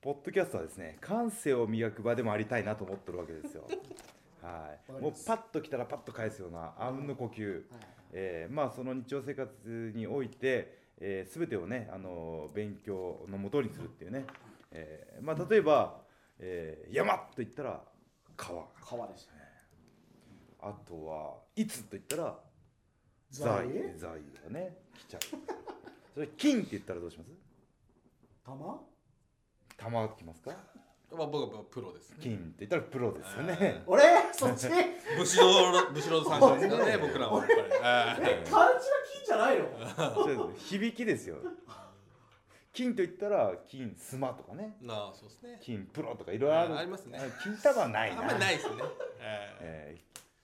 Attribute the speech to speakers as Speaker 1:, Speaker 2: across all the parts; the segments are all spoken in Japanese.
Speaker 1: ポッドキャストはですね感性を磨く場でもありたいなと思ってるわけです よはい
Speaker 2: わかり
Speaker 1: もう
Speaker 2: ます
Speaker 1: パッと来たらパッと返すようなあうんの呼吸、えーまあその日常生活において、えー、全てをね、あのー勉強のもとにするっていうね、えーまあ例えば、えー山と言ったら川
Speaker 2: 川でしたね
Speaker 1: あとはいつと言ったら
Speaker 2: ザ
Speaker 1: 財
Speaker 2: イ
Speaker 1: 財がね来ちゃうそれ金って言ったらどうします
Speaker 2: 玉
Speaker 1: 玉が来ます か
Speaker 3: まあ、僕はプロです、ね。
Speaker 1: 金って言ったらプロですよね
Speaker 2: 俺そ っち
Speaker 3: 武士道、武士道三種ですからね、僕らはやっぱり。
Speaker 2: え漢字は金じゃ ないの
Speaker 1: そうです響きですよ金と言ったら金スマとかね
Speaker 3: なあ、そうですね。
Speaker 1: 金プロとかいろいろある
Speaker 3: ありますね
Speaker 1: あ金玉はない
Speaker 3: あん
Speaker 1: な
Speaker 3: まりないですね。え
Speaker 1: え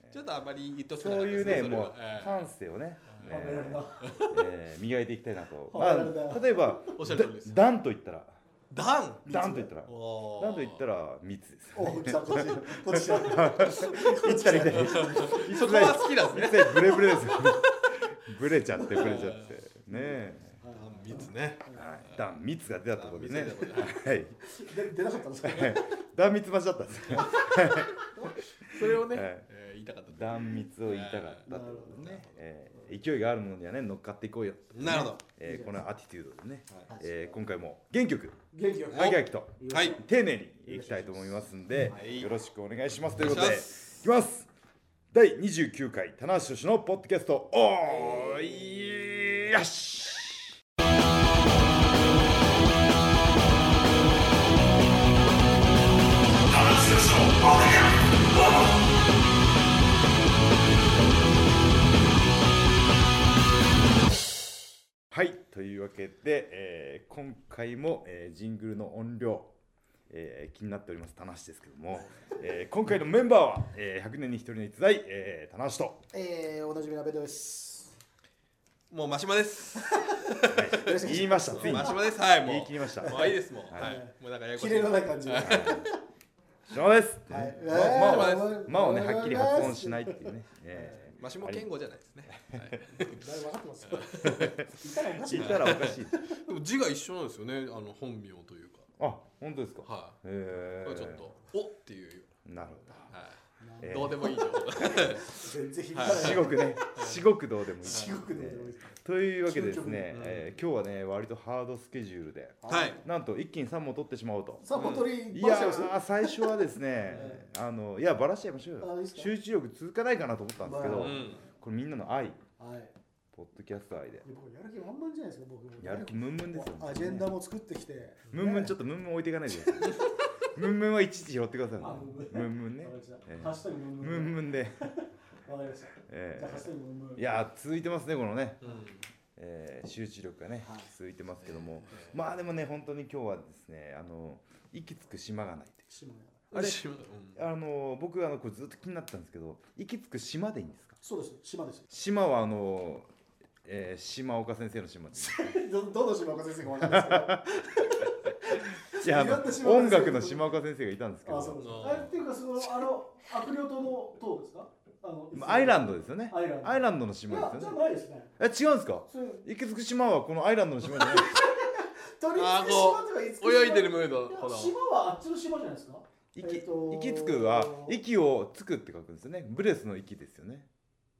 Speaker 3: えちょっとあんまり言っ
Speaker 1: ー
Speaker 3: てほしくな
Speaker 1: そう
Speaker 3: かった
Speaker 1: い
Speaker 3: で
Speaker 1: う
Speaker 3: す
Speaker 1: ね
Speaker 3: ねそれ
Speaker 1: も
Speaker 3: は
Speaker 1: う
Speaker 3: ええ
Speaker 1: 感性をね、
Speaker 2: 褒められ
Speaker 1: え
Speaker 2: た
Speaker 1: ーえー磨いていきたいなと、ま
Speaker 2: 褒められ
Speaker 1: あ、
Speaker 2: た
Speaker 1: 例えば
Speaker 3: おっしゃる通りです
Speaker 1: ダンと言ったら
Speaker 3: ダン。
Speaker 1: ダンと言ったら
Speaker 3: おー
Speaker 1: ダンと言ったら蜜ですよね
Speaker 2: お来たこっちこっち
Speaker 1: 行
Speaker 2: だ
Speaker 1: ったり来たり
Speaker 3: そこは好きなんですね。
Speaker 1: ねブレブレですよねブレちゃってブレちゃってねえ
Speaker 3: 三つね。
Speaker 1: はいダン蜜が出たところでね
Speaker 3: ダン蜜が出
Speaker 1: はい
Speaker 2: で 出なかったん ですか
Speaker 1: ダン蜜増しだったんですよ
Speaker 3: それをね、
Speaker 1: え
Speaker 3: えー言いたかったです。
Speaker 1: 断蜜を言いたかったってことね、えー勢いがあるものにはね乗っかっていこうよってね
Speaker 3: なるほど
Speaker 1: えーこのアティテュードでね、
Speaker 3: はい
Speaker 1: えー今回も元気よく
Speaker 2: 元気よく
Speaker 1: 長々と
Speaker 3: はい。
Speaker 1: 丁寧にいきたいと思いますんで、
Speaker 3: はい
Speaker 1: よろしくお願いしますと
Speaker 3: お
Speaker 1: いう
Speaker 3: 願い
Speaker 1: こ
Speaker 3: し
Speaker 1: と
Speaker 3: ま
Speaker 1: でいきます第29回棚橋氏のポッドキャストおーいよしはいというわけで、えー今回も、えージングルの音量、えー気になっております棚橋ですけども、えー今回のメンバーは、えー100年に1人の逸材、えー、棚橋と
Speaker 2: えーおなじみ鍋です
Speaker 3: もうマシマです。
Speaker 1: 言いましたついに
Speaker 3: マシマです。はい、もう。
Speaker 1: 言い切りました
Speaker 3: もういいですもん。
Speaker 1: はい
Speaker 3: はい。もうなんかややこし
Speaker 2: 綺
Speaker 3: い。
Speaker 2: 麗のない感じで
Speaker 1: 島尾です、
Speaker 2: はい
Speaker 1: ね
Speaker 2: え
Speaker 1: ま
Speaker 2: ー
Speaker 1: ま
Speaker 3: おはようござい
Speaker 1: をまをね
Speaker 2: おはよう
Speaker 1: はっ
Speaker 2: ござ
Speaker 1: き
Speaker 2: い
Speaker 1: り
Speaker 2: ます
Speaker 1: 発音しないっていうね、え
Speaker 3: マシモ健吾じゃないですね。はい。
Speaker 2: だいぶ分かってます
Speaker 1: ー、聞い
Speaker 2: よ いたらおかしいな
Speaker 1: たらおかしい
Speaker 3: でも字が一緒なんですよね。あの本名というか。
Speaker 1: あ本当ですか
Speaker 3: は
Speaker 1: え
Speaker 3: い。
Speaker 1: ー、
Speaker 3: ちょっとおっていう。
Speaker 1: なるほど
Speaker 3: は
Speaker 1: え
Speaker 3: い。
Speaker 1: ー
Speaker 3: どうでもいい情報。
Speaker 2: 全然響か ない
Speaker 1: 至極ね至極どうでもいい
Speaker 2: 至極で驚いた
Speaker 1: というわけでですね、
Speaker 3: うん
Speaker 1: えー今日はね割とハードスケジュールで
Speaker 3: はい。
Speaker 1: なんと一気に3本取ってしまおうと
Speaker 2: さあ、本当に
Speaker 1: い
Speaker 2: バラ
Speaker 1: や
Speaker 2: しちゃいま
Speaker 1: ー
Speaker 2: す
Speaker 1: 最初はですねあのいやばらしちゃいましょう
Speaker 2: あい
Speaker 1: よ
Speaker 2: いですか
Speaker 1: 集中力続かないかなと思ったんですけど、
Speaker 2: まあ
Speaker 3: うん。
Speaker 1: これみんなの愛
Speaker 2: はい。
Speaker 1: ポッドキャスト愛で
Speaker 2: 僕やる気満々じゃないですか、僕もね。
Speaker 1: やる気ムンムンですよ、
Speaker 2: アジェンダも作ってきて。
Speaker 1: ムンムンちょ
Speaker 2: っ
Speaker 1: っとムンムン置いていかないでください ムンムンはいちいち拾ってくださいね
Speaker 2: あムンム
Speaker 1: ムンムンね
Speaker 2: わかりました
Speaker 1: ええ
Speaker 2: ハッシュタグムン
Speaker 1: ム
Speaker 2: ムン
Speaker 1: ン
Speaker 2: ね。
Speaker 1: ムンで、
Speaker 2: わかりました。
Speaker 1: え
Speaker 2: じゃあ、ハッシュタグムンムン。
Speaker 1: ーいやー続いてますねこのね、
Speaker 3: うん。
Speaker 1: えー集中力がね
Speaker 2: はい
Speaker 1: 続いてますけども、まあでもね本当に今日はですねあの息つく島がないと
Speaker 2: 島根
Speaker 1: あれ
Speaker 3: 島うん
Speaker 1: あの僕あのこれずっと気になってたんですけど息つく島でいいんですか
Speaker 2: そうです、島です。
Speaker 1: 島はあの、えー、島岡先生の 島です
Speaker 2: どどの島岡先生かわかんないで
Speaker 1: いやあ
Speaker 2: いろんな島
Speaker 1: の
Speaker 2: 岡先生
Speaker 1: 音楽の島岡先生がいたんです
Speaker 2: す
Speaker 1: け
Speaker 2: け ど。あ、そう
Speaker 1: ど
Speaker 2: です。あっていうか、その、あの、悪霊島の塔ですかあの
Speaker 1: まあアイラ
Speaker 2: ン
Speaker 1: ンドですよね
Speaker 2: アイランド
Speaker 1: アイランドの
Speaker 2: い
Speaker 1: 島
Speaker 2: や、
Speaker 1: です
Speaker 2: じゃ
Speaker 1: よね
Speaker 2: ないですね。
Speaker 1: え違うんですか
Speaker 2: そういう
Speaker 1: 息つく島はこのアイランドの島じゃ ない
Speaker 2: 取り
Speaker 3: あ
Speaker 2: 付け
Speaker 3: ー
Speaker 2: 島
Speaker 3: こと
Speaker 2: か言い付け島
Speaker 3: う泳いでるムード
Speaker 2: いや
Speaker 3: ほど。
Speaker 2: 島はあっちの島じゃないですか
Speaker 1: 息,、
Speaker 2: えっと
Speaker 1: 息つくは息をつくって書くんですよねブレスの息ですよね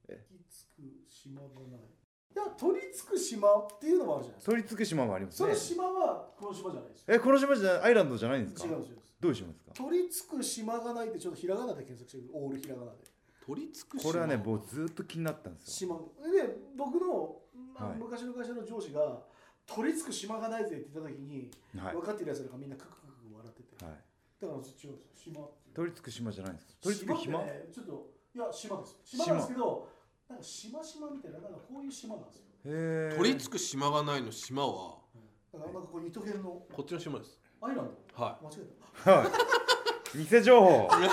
Speaker 2: 取り付く島がない。いや、取り付く島っていうのもあるじゃないですか。
Speaker 1: 取り付く島もあります
Speaker 2: そ
Speaker 1: ね
Speaker 2: の島はこの島じゃないですよ。
Speaker 1: えこの島じゃないアイランドじゃないんですか
Speaker 2: 違うんですよ。
Speaker 1: どういう島ですか
Speaker 2: 取り付く島がないってちょっとひらがなで検索してみるオールひらがなで。
Speaker 3: 取り付く島。
Speaker 1: これはね僕ずっと気になったんですよ
Speaker 2: 島。で、僕の、まあ
Speaker 1: はい
Speaker 2: 昔の会社の上司が、取り付く島がないぜって言った時に、
Speaker 1: はい、
Speaker 2: 分かってるやつらがみんなクククク笑ってて。
Speaker 1: はい、
Speaker 2: だからそっちの島っていう。
Speaker 1: 取り付く島じゃないんですか取り付く
Speaker 2: 島
Speaker 1: 島
Speaker 2: ってねちょっと、いや、島です。島なんですけど、なんか島島みたいな、なんかこういう島なんですよ。
Speaker 1: へえ
Speaker 3: 取り付く島がないの島は
Speaker 2: だからなんかこう、糸編の
Speaker 3: こっちの島です。
Speaker 2: アイランド。
Speaker 3: は
Speaker 2: 間違えた。
Speaker 1: はい偽情報
Speaker 3: いや。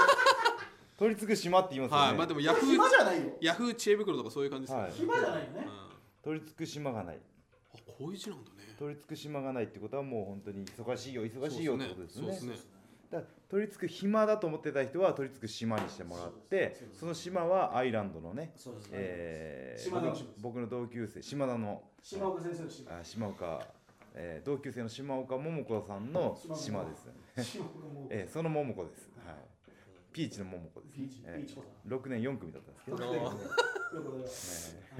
Speaker 1: 取り付く島って言いますよね、
Speaker 3: はい。まあでもヤフー
Speaker 2: 島じゃないよ。
Speaker 3: ヤフー知恵袋とかそういう感じですよ
Speaker 1: はい
Speaker 3: ね。
Speaker 2: 島じゃないよ
Speaker 3: う
Speaker 2: ね
Speaker 3: ん。あ
Speaker 1: 取り付く島がない
Speaker 3: こういう字なんだね。
Speaker 1: 取り付く島がないってことはもう本当に忙しいよ忙しいよってことですよ
Speaker 3: そう
Speaker 1: ね
Speaker 3: ですね。
Speaker 1: だから取り付く暇だと思ってた人は取り付く島にしてもらって
Speaker 2: そうです
Speaker 1: その島はアイランドのね、
Speaker 2: そうですね。
Speaker 1: えー
Speaker 2: 島田の島です
Speaker 1: 僕の僕の同級生島田の
Speaker 2: 島岡先生の島。
Speaker 1: あ島岡えー同級生の島岡桃子さんの島です、
Speaker 2: 島がもう
Speaker 1: えーその桃子です、はい、ピーチの桃子です、
Speaker 2: ピーチ、ピ
Speaker 1: え
Speaker 2: ーチ子さん。
Speaker 1: ー、6年4組だったんですけ
Speaker 2: よ
Speaker 1: ど、
Speaker 2: く
Speaker 1: ね
Speaker 3: あ
Speaker 2: で
Speaker 3: の
Speaker 2: きてるねよくできてる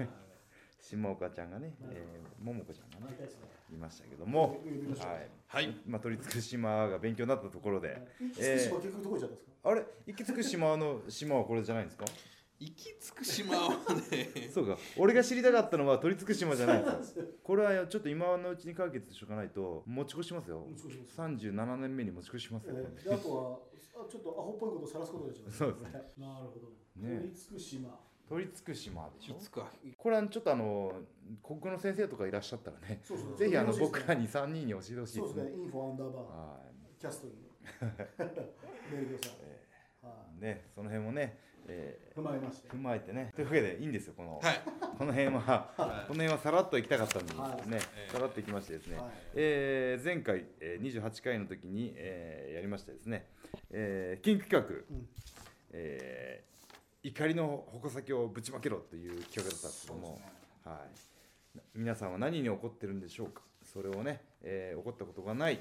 Speaker 1: 島岡ちゃんがね、
Speaker 2: なる
Speaker 1: えー、桃子ちゃんが
Speaker 2: はい
Speaker 1: ね
Speaker 2: 見たいですね
Speaker 1: いましたけども、
Speaker 2: 上見ましょう
Speaker 1: はい
Speaker 3: はい。
Speaker 1: まあ、取り付く島が勉強になったところで、
Speaker 2: 行き着く島結局どこ行っちゃったんですか
Speaker 1: あれ行き着く島 の島はこれじゃないんですか
Speaker 3: 行き着く島は ね、
Speaker 1: そうか俺が知りたかったのは取り付く島じゃないん
Speaker 2: そう
Speaker 1: で
Speaker 2: な
Speaker 1: す
Speaker 2: ん
Speaker 1: よ
Speaker 2: ですよ
Speaker 1: これはちょっと今のうちに解決しとかないと持ち越しますよ
Speaker 2: 持ち越します
Speaker 1: 37年目に持ち越しますよ、
Speaker 2: えーであとはあちょっとアホっぽいことをさらすことになっちゃう
Speaker 1: そうです
Speaker 2: ねなるほど
Speaker 1: ね
Speaker 2: 取り付く島
Speaker 1: 取り付く島でし
Speaker 3: 行
Speaker 1: ょ
Speaker 3: き着くは
Speaker 1: これはちょっとあの国語の先生とかいらっしゃったらね
Speaker 2: そうそう
Speaker 1: ぜひあの
Speaker 2: そう
Speaker 1: 僕らに3人に教えてほしい
Speaker 2: そ
Speaker 1: で
Speaker 2: うですすね
Speaker 1: ね
Speaker 2: インフォアンダーバー
Speaker 1: は
Speaker 2: キャストにメールください
Speaker 1: え
Speaker 2: はい
Speaker 1: ねその辺もね、え
Speaker 2: い踏まえまして
Speaker 1: ー踏まえてねというわけでいいんですよこの、
Speaker 3: はい。
Speaker 1: この辺はこ
Speaker 3: は
Speaker 1: の辺はさらっと行きたかったんですね、
Speaker 3: ええ
Speaker 1: さらっと行きましてですね、
Speaker 2: はい
Speaker 1: えー前回、えー28回の時に、えーやりましたですね、えー、近畿企画、
Speaker 2: うん
Speaker 1: えー怒りの矛先をぶちまけろという企画だったんですけども、はい、な皆さんは何に怒ってるんでしょうかそれをね、えー怒ったことがない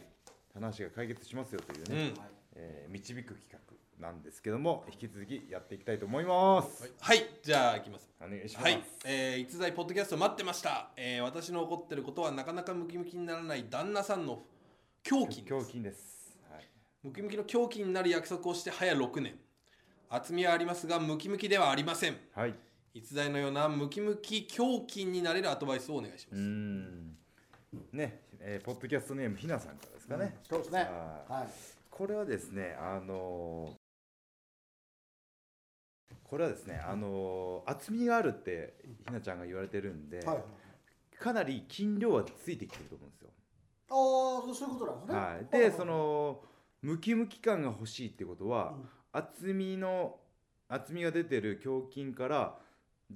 Speaker 1: 話が解決しますよという
Speaker 3: う
Speaker 1: ね、
Speaker 3: ん。
Speaker 2: はい
Speaker 1: えー導く企画なんですけども引き続きやっていきたいと思います、
Speaker 3: はい。じゃあ行きます。
Speaker 1: お願いします、
Speaker 3: はい、えー、逸材ポッドキャスト待ってました、えー、私の怒ってることはなかなかムキムキにならない旦那さんの狂気で
Speaker 1: 胸
Speaker 3: す
Speaker 1: 筋です、はい、
Speaker 3: ムキムキの狂気になる約束をして早6年厚みはありますがムキムキではありません
Speaker 1: はい、
Speaker 3: 逸材のようなムキムキ狂気になれるアドバイスをお願いし
Speaker 1: うー
Speaker 3: ます、
Speaker 1: んねえーポッドキャストネームひなさんからですかね、
Speaker 2: そうですね
Speaker 1: はい
Speaker 2: はい
Speaker 1: これはですね、あのーこれはですね、あのー厚みがあるってひなちゃんが言われてるんで、
Speaker 2: はいはい
Speaker 1: かなり筋量はついてきてると思うんですよ。
Speaker 2: ああそういうことなんですね
Speaker 1: はい、で、そのムキムキ感が欲しいってことは、
Speaker 2: うん
Speaker 1: 厚みの厚みが出てる胸筋から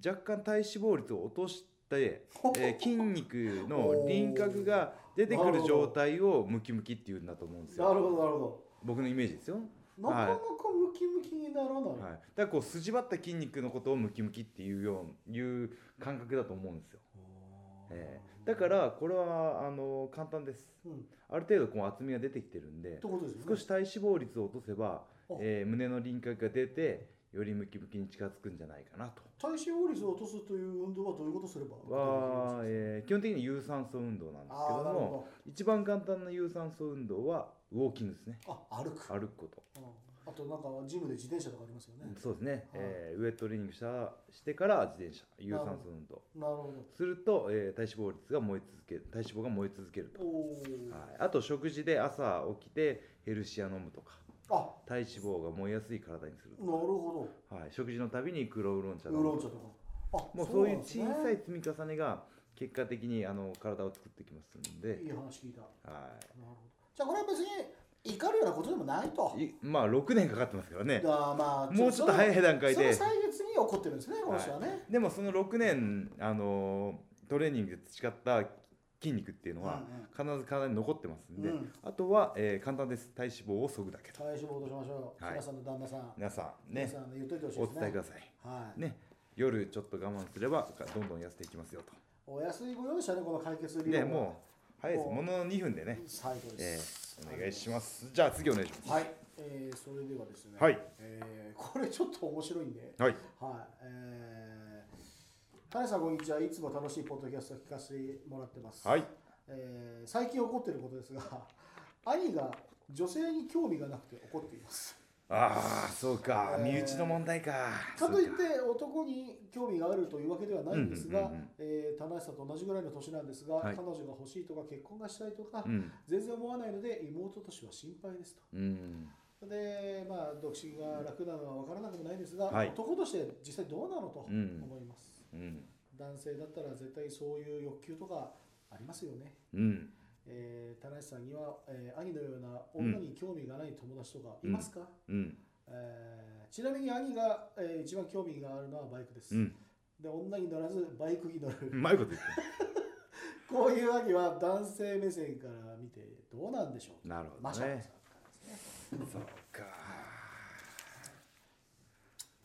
Speaker 1: 若干体脂肪率を落として、えー筋肉の輪郭が出てくる状態をムキムキっていうんだと思うんです
Speaker 2: な
Speaker 1: よ。
Speaker 2: るほどなるほ
Speaker 1: 僕のイメージですよ。
Speaker 2: どなかなかムキムキになら
Speaker 1: はい、
Speaker 2: ない、
Speaker 1: だからこう筋張った筋肉のことをムキムキっていうよういう感覚だと思うんですよ、ええだからこれはあの簡単です
Speaker 2: うん、っ
Speaker 1: ある程度こう厚みが出てきてるんで
Speaker 2: てことですよね
Speaker 1: 少し体脂肪率を落とせば
Speaker 2: あ、
Speaker 1: えー胸の輪郭が出てよりムキムキに近づくんじゃないかなと
Speaker 2: 体脂肪率を落とすという運動はどういうことすれば
Speaker 1: は、えー基本的に有酸素運動なんですけ
Speaker 2: ああ
Speaker 1: ど
Speaker 2: なる
Speaker 1: も
Speaker 2: ほ
Speaker 1: 一番簡単な有酸素運動はウォーキングですね
Speaker 2: どあ歩くあ
Speaker 1: 歩くこと
Speaker 2: あとなんかジムで自転車とかありますよね、
Speaker 1: そうですね、えーウエットトレーニングしたしてから自転車有酸素運動
Speaker 2: なるほ
Speaker 1: すると、えー体脂肪率が燃え続ける体脂肪が燃え続ける
Speaker 2: ど
Speaker 1: と、
Speaker 2: おー
Speaker 1: はい、あと食事で朝起きてヘルシア飲むとか
Speaker 2: あ
Speaker 1: 体脂肪が燃えやすい体にする
Speaker 2: なるほ
Speaker 1: と、はい、食事のたびに黒ウーロン茶
Speaker 2: ど
Speaker 1: 飲
Speaker 2: ウーロ
Speaker 1: む
Speaker 2: ン
Speaker 1: と
Speaker 2: 茶
Speaker 1: か
Speaker 2: とかあ
Speaker 1: もうそういう
Speaker 2: なんです
Speaker 1: 小
Speaker 2: ね
Speaker 1: さい積み重ねが結果的にあの体を作ってきますんで
Speaker 2: い、い話聞いたなる
Speaker 1: は
Speaker 2: ほどじゃあこれは別に怒るようなことでもないと
Speaker 1: い、いまあ6年かかってますからね
Speaker 2: あーまあ
Speaker 1: もうちょっと早い段
Speaker 2: その
Speaker 1: 階
Speaker 2: その
Speaker 1: で
Speaker 2: 歳月に怒ってるんですねこの人はね、
Speaker 1: でもその6年、あのートレーニングで培った筋肉っていうのは必ず体に残ってますんで、
Speaker 2: うん
Speaker 1: あとは、えー簡単です体脂肪を削ぐだけと。
Speaker 2: 体脂肪落としましょう、
Speaker 1: はい
Speaker 2: 皆さんの旦那さん
Speaker 1: 皆さん
Speaker 2: 皆
Speaker 1: ね
Speaker 2: さん言っといてほしい
Speaker 1: お
Speaker 2: ですね
Speaker 1: 伝えください
Speaker 2: はい、
Speaker 1: ね夜ちょっと我慢すればどんどん痩せていきますよと
Speaker 2: お安いご用でしたねこの解決理
Speaker 1: ね
Speaker 2: 論
Speaker 1: もう早いです
Speaker 2: も
Speaker 1: も
Speaker 2: う
Speaker 1: の2分でね、
Speaker 2: 最後
Speaker 1: え
Speaker 2: です、
Speaker 1: ーお願いしますじゃあ次お願いします
Speaker 2: はい、えー、それではですね、
Speaker 1: はい
Speaker 2: えーこれちょっと面白いんで、
Speaker 1: はい、
Speaker 2: はい、えー、タネさんこんにちは、いつも楽しいポッドキャストを聞かせてもらってます。
Speaker 1: はい、
Speaker 2: えー最近起こっていることですが、兄が女性に興味がなくて怒っています。
Speaker 1: ああそうか、
Speaker 2: えー
Speaker 1: 身内の問題か
Speaker 2: かといっ
Speaker 1: そう
Speaker 2: て男に興味があるというわけではないんです
Speaker 1: うん
Speaker 2: が
Speaker 1: うんうんうん、
Speaker 2: えー田中さんと同じぐらいの年なんですが、
Speaker 1: はい
Speaker 2: 彼女が欲しいとか結婚がしたいとか、
Speaker 1: うん
Speaker 2: 全然思わないので妹としては心配ですと。
Speaker 1: うん
Speaker 2: で、まあ、独身が楽なのは分からなくもないですが、
Speaker 1: はい
Speaker 2: 男として実際どうなのと思
Speaker 1: うん
Speaker 2: います、
Speaker 1: うん
Speaker 2: 男性だったら絶対そういう欲求とかありますよね、
Speaker 1: うん
Speaker 2: えー、田中さんには、えー兄のような女に興味がない友達とかいますか、
Speaker 1: うん
Speaker 2: えーちなみに兄が、えー一番興味があるのはバイクです、
Speaker 1: うん
Speaker 2: で女に乗らずバイクに乗る
Speaker 1: うまいこと言って
Speaker 2: こういう兄は男性目線から見てどうなんでしょう
Speaker 1: るなるほ
Speaker 2: マシ
Speaker 1: ど
Speaker 2: ャさん
Speaker 1: ね
Speaker 2: からですね
Speaker 1: そうか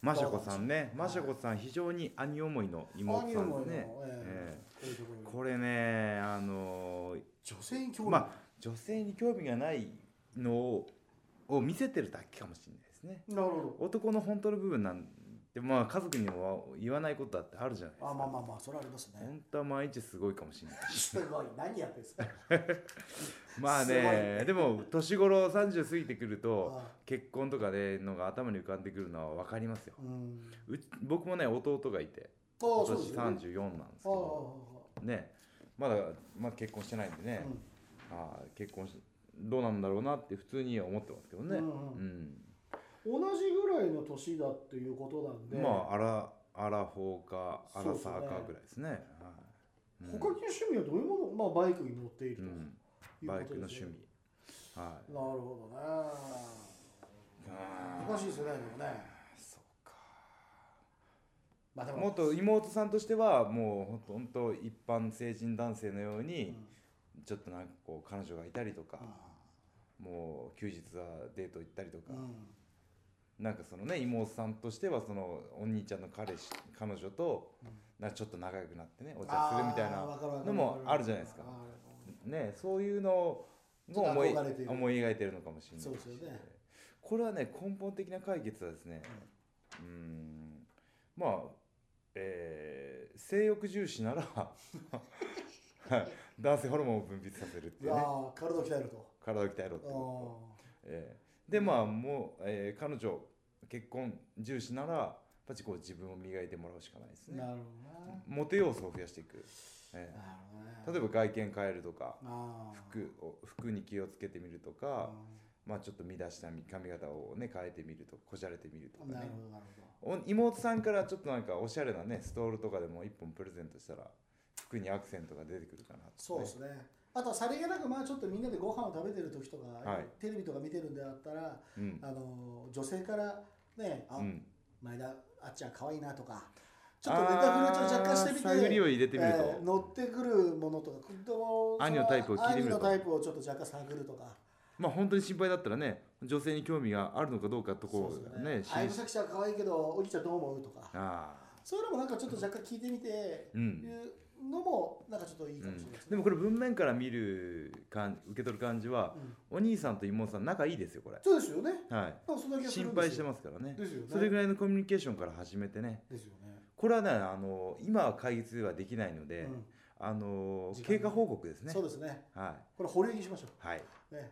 Speaker 1: マシャコさんねマシャコさん非常に兄思いの妹
Speaker 2: 兄
Speaker 1: さん
Speaker 2: 思
Speaker 1: で
Speaker 2: い
Speaker 1: すね
Speaker 2: の、えー
Speaker 1: えー
Speaker 2: こういうところに
Speaker 1: これねあのー
Speaker 2: 女性に興味、
Speaker 1: まあ女性に興味がないのをを見せてるだけかもしれないですね
Speaker 2: なるほど
Speaker 1: 男の本当の部分なんてまあ家族にも言わないことだってあるじゃないですか
Speaker 2: あまあまあまあそれはありますね
Speaker 1: 本当は毎日すごいかもしれないし
Speaker 2: すごい何やってんですか
Speaker 1: まあ
Speaker 2: すごい
Speaker 1: ね
Speaker 2: ね
Speaker 1: でも年頃30過ぎてくると
Speaker 2: あ
Speaker 1: 結婚とかでのが頭に浮かんでくるのは分かりますよ
Speaker 2: うん
Speaker 1: うち僕もね弟がいて
Speaker 2: あ
Speaker 1: 今
Speaker 2: ーそうで
Speaker 1: 年
Speaker 2: す
Speaker 1: 34
Speaker 2: よね
Speaker 1: なんですけ
Speaker 2: あーあ
Speaker 1: どねまだまだ結婚してないんでね
Speaker 2: ー、
Speaker 1: あー結婚しどうなんだろうなって普通には思ってますけど
Speaker 2: うん
Speaker 1: ね、
Speaker 2: う
Speaker 1: うん
Speaker 2: んうん同じぐらいの年だっていうことなんで、
Speaker 1: まあアラアラフォーかアラサーかぐらいですねはいうん
Speaker 2: 他に趣味はどういうもの、まあ、バイクに乗ってい
Speaker 1: う
Speaker 2: るということ
Speaker 1: ん
Speaker 2: です、ね
Speaker 1: バイクの趣味は
Speaker 2: なるほどね
Speaker 1: い
Speaker 2: 難しいですよねでもね
Speaker 1: そうか
Speaker 2: まあでも
Speaker 1: もっと妹さんとしてはもうほんと一般成人男性のようにちょっとなんかこう彼女がいたりとかもう休日はデート行ったりとか
Speaker 2: うんうん
Speaker 1: なんかそのね妹さんとしてはそのお兄ちゃんの彼氏彼女と
Speaker 2: うん
Speaker 1: なんかちょっと仲良くなってねお茶するみたい
Speaker 2: あー
Speaker 1: な
Speaker 2: わかるわかる
Speaker 1: のもあるじゃないですか
Speaker 2: わるわ
Speaker 1: ねそういうのも思い
Speaker 2: ちょっと憧れてる
Speaker 1: 思い描いてるのかもしれない
Speaker 2: そうですよね
Speaker 1: これはね根本的な解決はですね
Speaker 2: かる
Speaker 1: うーんまあえー性欲重視 ならはい男性ホルモンを分泌させるって
Speaker 2: う
Speaker 1: い
Speaker 2: ん
Speaker 1: ううね
Speaker 2: わー体を鍛えると
Speaker 1: 体を鍛えろってこと。
Speaker 2: あ
Speaker 1: えーでまあもう、えー彼女結婚重視ならやっぱりこう自分を磨いてもらうしかないです
Speaker 2: ーな
Speaker 1: ね
Speaker 2: るほどね
Speaker 1: モテ要素を増やしていく、え
Speaker 2: なるほどね
Speaker 1: ー例えば外見変えるとか
Speaker 2: あー
Speaker 1: 服を服に気をつけてみると
Speaker 2: う
Speaker 1: か、まあ、ちょっと身だしなみ髪型をね変えてみるとこじゃれてみると
Speaker 2: ん
Speaker 1: か
Speaker 2: なる
Speaker 1: ね
Speaker 2: ほどなる
Speaker 1: お妹さんからちょっとなんかおしゃれなねストールとかでも1本プレゼントしたら服にアクセントが出てくるかなってね、
Speaker 2: ほどそうですねあとはさりげなくまあちょっとみんなでご飯を食べてる時とか、
Speaker 1: はい
Speaker 2: テレビとか見てるんであったら
Speaker 1: うん
Speaker 2: あの女性からねあ、
Speaker 1: うん
Speaker 2: 前田あっちゃん可愛いなとかちょっとネタフレちょっと若干してみて
Speaker 1: あー探りを入れてみると、
Speaker 2: えー乗ってくるものとかでも
Speaker 1: 兄のタイプを聞いてみると
Speaker 2: 兄のタイプをちょっと若干探るとか
Speaker 1: まあ本当に心配だったらね女性に興味があるのかどうかとこ
Speaker 2: そう
Speaker 1: を
Speaker 2: です
Speaker 1: ね
Speaker 2: ね相武咲ちゃん可愛いけどおぎちゃんどう思うとか
Speaker 1: ああ、
Speaker 2: そういうのもなんかちょっと若干聞いてみていううんのもなんかちょっといいうかもしれない
Speaker 1: ん
Speaker 2: ですね、
Speaker 1: でもこれ文面から見る感受け取る感じは
Speaker 2: うん
Speaker 1: お兄さんと妹さん仲いいですよこれ
Speaker 2: そうですよね
Speaker 1: はい
Speaker 2: なんかそんな気がする
Speaker 1: 心配して
Speaker 2: ま
Speaker 1: ますからね
Speaker 2: ですよね
Speaker 1: それぐらいのコミュニケーションから始めてね
Speaker 2: すですよね、
Speaker 1: これはねあの今は解決はできないので、あの
Speaker 2: 時間ね
Speaker 1: 経過報告です
Speaker 2: うん
Speaker 1: ね
Speaker 2: そうですね
Speaker 1: は
Speaker 2: これ保留にしまし
Speaker 1: い、
Speaker 2: ょ
Speaker 1: はい、
Speaker 2: うね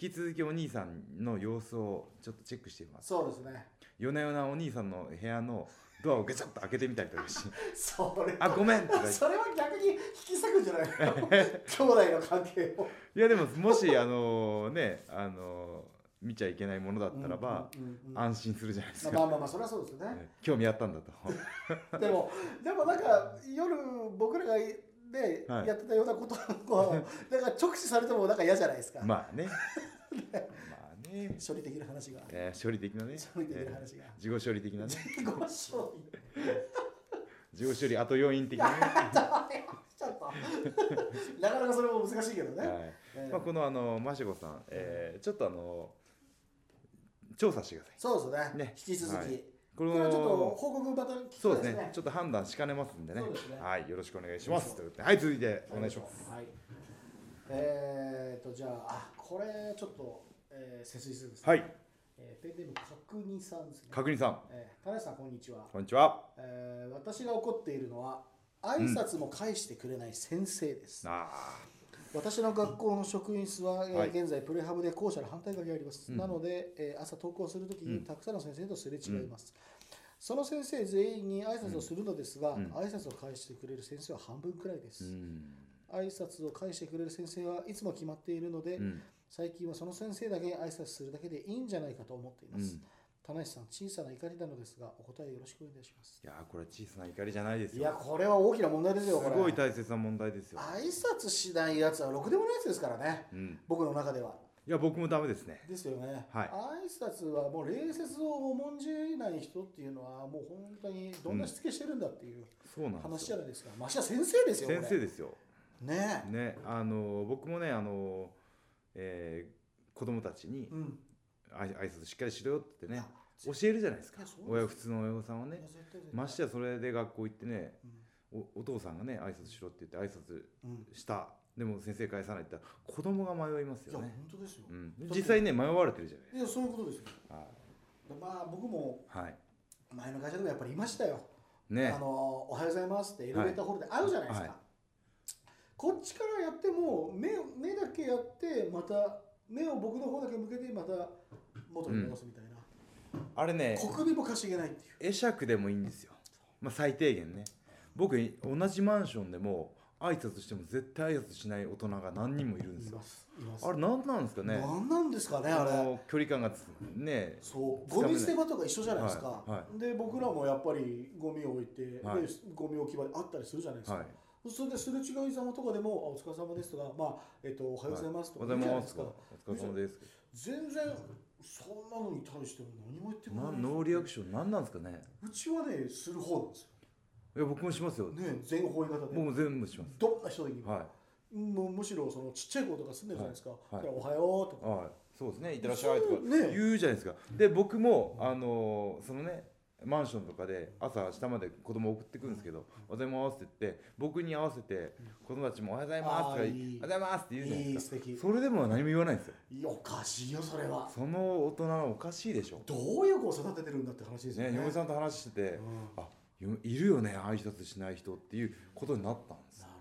Speaker 1: 引き続きお兄さんの様子をちょっとチェックしてみます
Speaker 2: そうですね
Speaker 1: 夜な夜なお兄さんの部屋のドアをガチャッと開けてみたりとかして
Speaker 2: それ
Speaker 1: あごめんとか言って
Speaker 2: それは逆に引き裂くんじゃないの 兄弟の関係を
Speaker 1: いやでももしあのねあの見ちゃいけないものだったらば、
Speaker 2: うんうんうん
Speaker 1: 安心するじゃないです
Speaker 2: ま
Speaker 1: か、
Speaker 2: あまあまあそれはそうですよね
Speaker 1: ね興味あったんだ と
Speaker 2: でもでもなんか夜僕らがね
Speaker 1: はい
Speaker 2: やってたようなこと をなんか直視されてもなんか嫌じゃないですか、
Speaker 1: まあ ねまあね、
Speaker 2: 処理できる話が、
Speaker 1: えー処理的なね
Speaker 2: 処理できる話が、
Speaker 1: 事後処理的なね
Speaker 2: ご勝利
Speaker 1: 事後処理後要因的 なね、
Speaker 2: ちょっとなかなかそれも難しいけどね、
Speaker 1: は
Speaker 2: え
Speaker 1: い
Speaker 2: え
Speaker 1: まあ、このあのマシコさん、えーちょっとあの調査してください
Speaker 2: そうですね
Speaker 1: ね
Speaker 2: 引き続き、
Speaker 1: はいこ
Speaker 2: こ
Speaker 1: の
Speaker 2: れはちょっと報告また聞きた
Speaker 1: そ
Speaker 2: いう
Speaker 1: ですねちょっと判断しかねますんでね
Speaker 2: そうですね
Speaker 1: はいよろしくお願いしますということではい続いてお願いします
Speaker 2: はい。えーとじゃああこれちょっと、えー、節水するんですね
Speaker 1: はい
Speaker 2: えーペンネーム角煮さんですね。
Speaker 1: 角煮さん
Speaker 2: えー、田中さんこんにちは、
Speaker 1: こんにちは
Speaker 2: えー。私が怒っているのは挨拶も返してくれない先生です。
Speaker 1: あ
Speaker 2: 私の学校の職員室は、えー
Speaker 1: はい
Speaker 2: 現在プレハブで校舎の反対側にあります。
Speaker 1: うん
Speaker 2: なので、えー、朝登校するとき
Speaker 1: う
Speaker 2: に
Speaker 1: ん
Speaker 2: たくさんの先生とすれ違います。その先生全員に挨拶をするのですが、
Speaker 1: うん
Speaker 2: 挨拶を返してくれる先生は半分くらいで
Speaker 1: ー
Speaker 2: す。
Speaker 1: うん
Speaker 2: 挨拶を返してくれる先生はいつも決まっているので、
Speaker 1: うん
Speaker 2: 最近はその先生だけ挨拶するだけでいいんじゃないかと思っていま
Speaker 1: うん、
Speaker 2: す
Speaker 1: い。
Speaker 2: 田無さん、小さな怒りなのですが、お答えよろしくお願いします。
Speaker 1: やーこれは小さな怒りじゃないです
Speaker 2: い
Speaker 1: よ
Speaker 2: や、これは大きな問題です
Speaker 1: す
Speaker 2: よ、これ。
Speaker 1: ごい大切な問題ですよ、
Speaker 2: 挨拶しないやつはろくでもないやつですからね、
Speaker 1: うん、
Speaker 2: 僕の中では。
Speaker 1: いや僕もダメですね
Speaker 2: ですよね。
Speaker 1: はい
Speaker 2: 挨拶はもう礼節を重んじない人っていうのは、もう本当にどんなしつけしてるんだっていう
Speaker 1: そうなんで
Speaker 2: 話
Speaker 1: す
Speaker 2: じゃ
Speaker 1: よ
Speaker 2: ないですか。ましてや先生ですよ、
Speaker 1: 先生
Speaker 2: で
Speaker 1: ですよ
Speaker 2: ねえ。
Speaker 1: ねあの僕もねあの、えー、子供たちに
Speaker 2: うん。
Speaker 1: あい挨拶しっかりしろよってね
Speaker 2: あ
Speaker 1: 教えるじゃないですか
Speaker 2: いやそうです
Speaker 1: 親普通の親御さんはね
Speaker 2: いや絶対絶対
Speaker 1: ましてやそれで学校行ってね
Speaker 2: うん
Speaker 1: おお父さんがね挨拶しろって言って挨拶
Speaker 2: うん
Speaker 1: したでも先生返さないって言ったら子供が迷いますよ
Speaker 2: いや、本
Speaker 1: ね、
Speaker 2: 当ですよ
Speaker 1: う。ん、実際ね迷われてるじゃない
Speaker 2: いや、そういうことですよ。
Speaker 1: は
Speaker 2: でまあ、僕も
Speaker 1: い、はい、
Speaker 2: 前の会社でもやっぱりいましたよ。
Speaker 1: ね
Speaker 2: あのおはようございますってエレベーターホールで会うじゃないですか、
Speaker 1: はい
Speaker 2: こっちからやっても目目だけやってまた目を僕の方だけ向けてまた元に戻すみたいな、
Speaker 1: あれね
Speaker 2: 小首もかしげないっていう
Speaker 1: 会釈でもいいんですよ、まあ、最低限ね僕同じマンションでも挨拶しても絶対挨拶しない大人が何人もいるんです
Speaker 2: い
Speaker 1: よ
Speaker 2: ますいます
Speaker 1: あれ何なんですかね
Speaker 2: 何なんですかねあ
Speaker 1: あ
Speaker 2: れ
Speaker 1: の距離感がつね
Speaker 2: そ
Speaker 1: つ
Speaker 2: う
Speaker 1: か
Speaker 2: ゴ
Speaker 1: めない
Speaker 2: ミ捨て場とか一緒じゃないですか、
Speaker 1: はいは
Speaker 2: で僕らもやっぱりゴミを置いて、
Speaker 1: はい
Speaker 2: でゴミ置き場であったりするじゃないですか、
Speaker 1: はい
Speaker 2: それですれ違いざまとかでも「あお疲れ様です」とか「まあえっと、おはようございます」と
Speaker 1: おは
Speaker 2: か
Speaker 1: よ
Speaker 2: 言
Speaker 1: う
Speaker 2: う
Speaker 1: ご
Speaker 2: じ
Speaker 1: ざ
Speaker 2: ゃ
Speaker 1: い
Speaker 2: な
Speaker 1: まとかお疲れ
Speaker 2: いですすか
Speaker 1: 様です
Speaker 2: 全然そんなのに対しても何も言ってくれな
Speaker 1: ないノーリアクション何なんですかね
Speaker 2: うちはねする方なんです
Speaker 1: いや僕もしますよ
Speaker 2: よね全方位型
Speaker 1: 僕
Speaker 2: で
Speaker 1: も全部します
Speaker 2: どんな人でも、
Speaker 1: は
Speaker 2: もうむしろそのちっちゃい子とか住んでるじゃないですか「
Speaker 1: はい
Speaker 2: でおはよう」と
Speaker 1: い
Speaker 2: か
Speaker 1: はいそうですねいってらっしゃいとか
Speaker 2: そうね
Speaker 1: 言うじゃないですかで僕もあのそのねマンションとかで朝下まで子供送ってくるんですけど「おはようございます」って言って僕に合わせて子供たちも「おはようございます」とか
Speaker 2: あー
Speaker 1: 言
Speaker 2: いい
Speaker 1: い「おはようございます」って言うじゃない
Speaker 2: いい
Speaker 1: です
Speaker 2: 素敵
Speaker 1: かそれでも何も言わないんですよ
Speaker 2: いやおかしいよそれは
Speaker 1: その大人はおかしいでしょ
Speaker 2: どういう子を育ててるんだって話ですよ
Speaker 1: ね
Speaker 2: ね
Speaker 1: 嫁
Speaker 2: ん
Speaker 1: さんと話してて
Speaker 2: うん
Speaker 1: あよいるよね挨拶しない人っていうことになったんです
Speaker 2: なる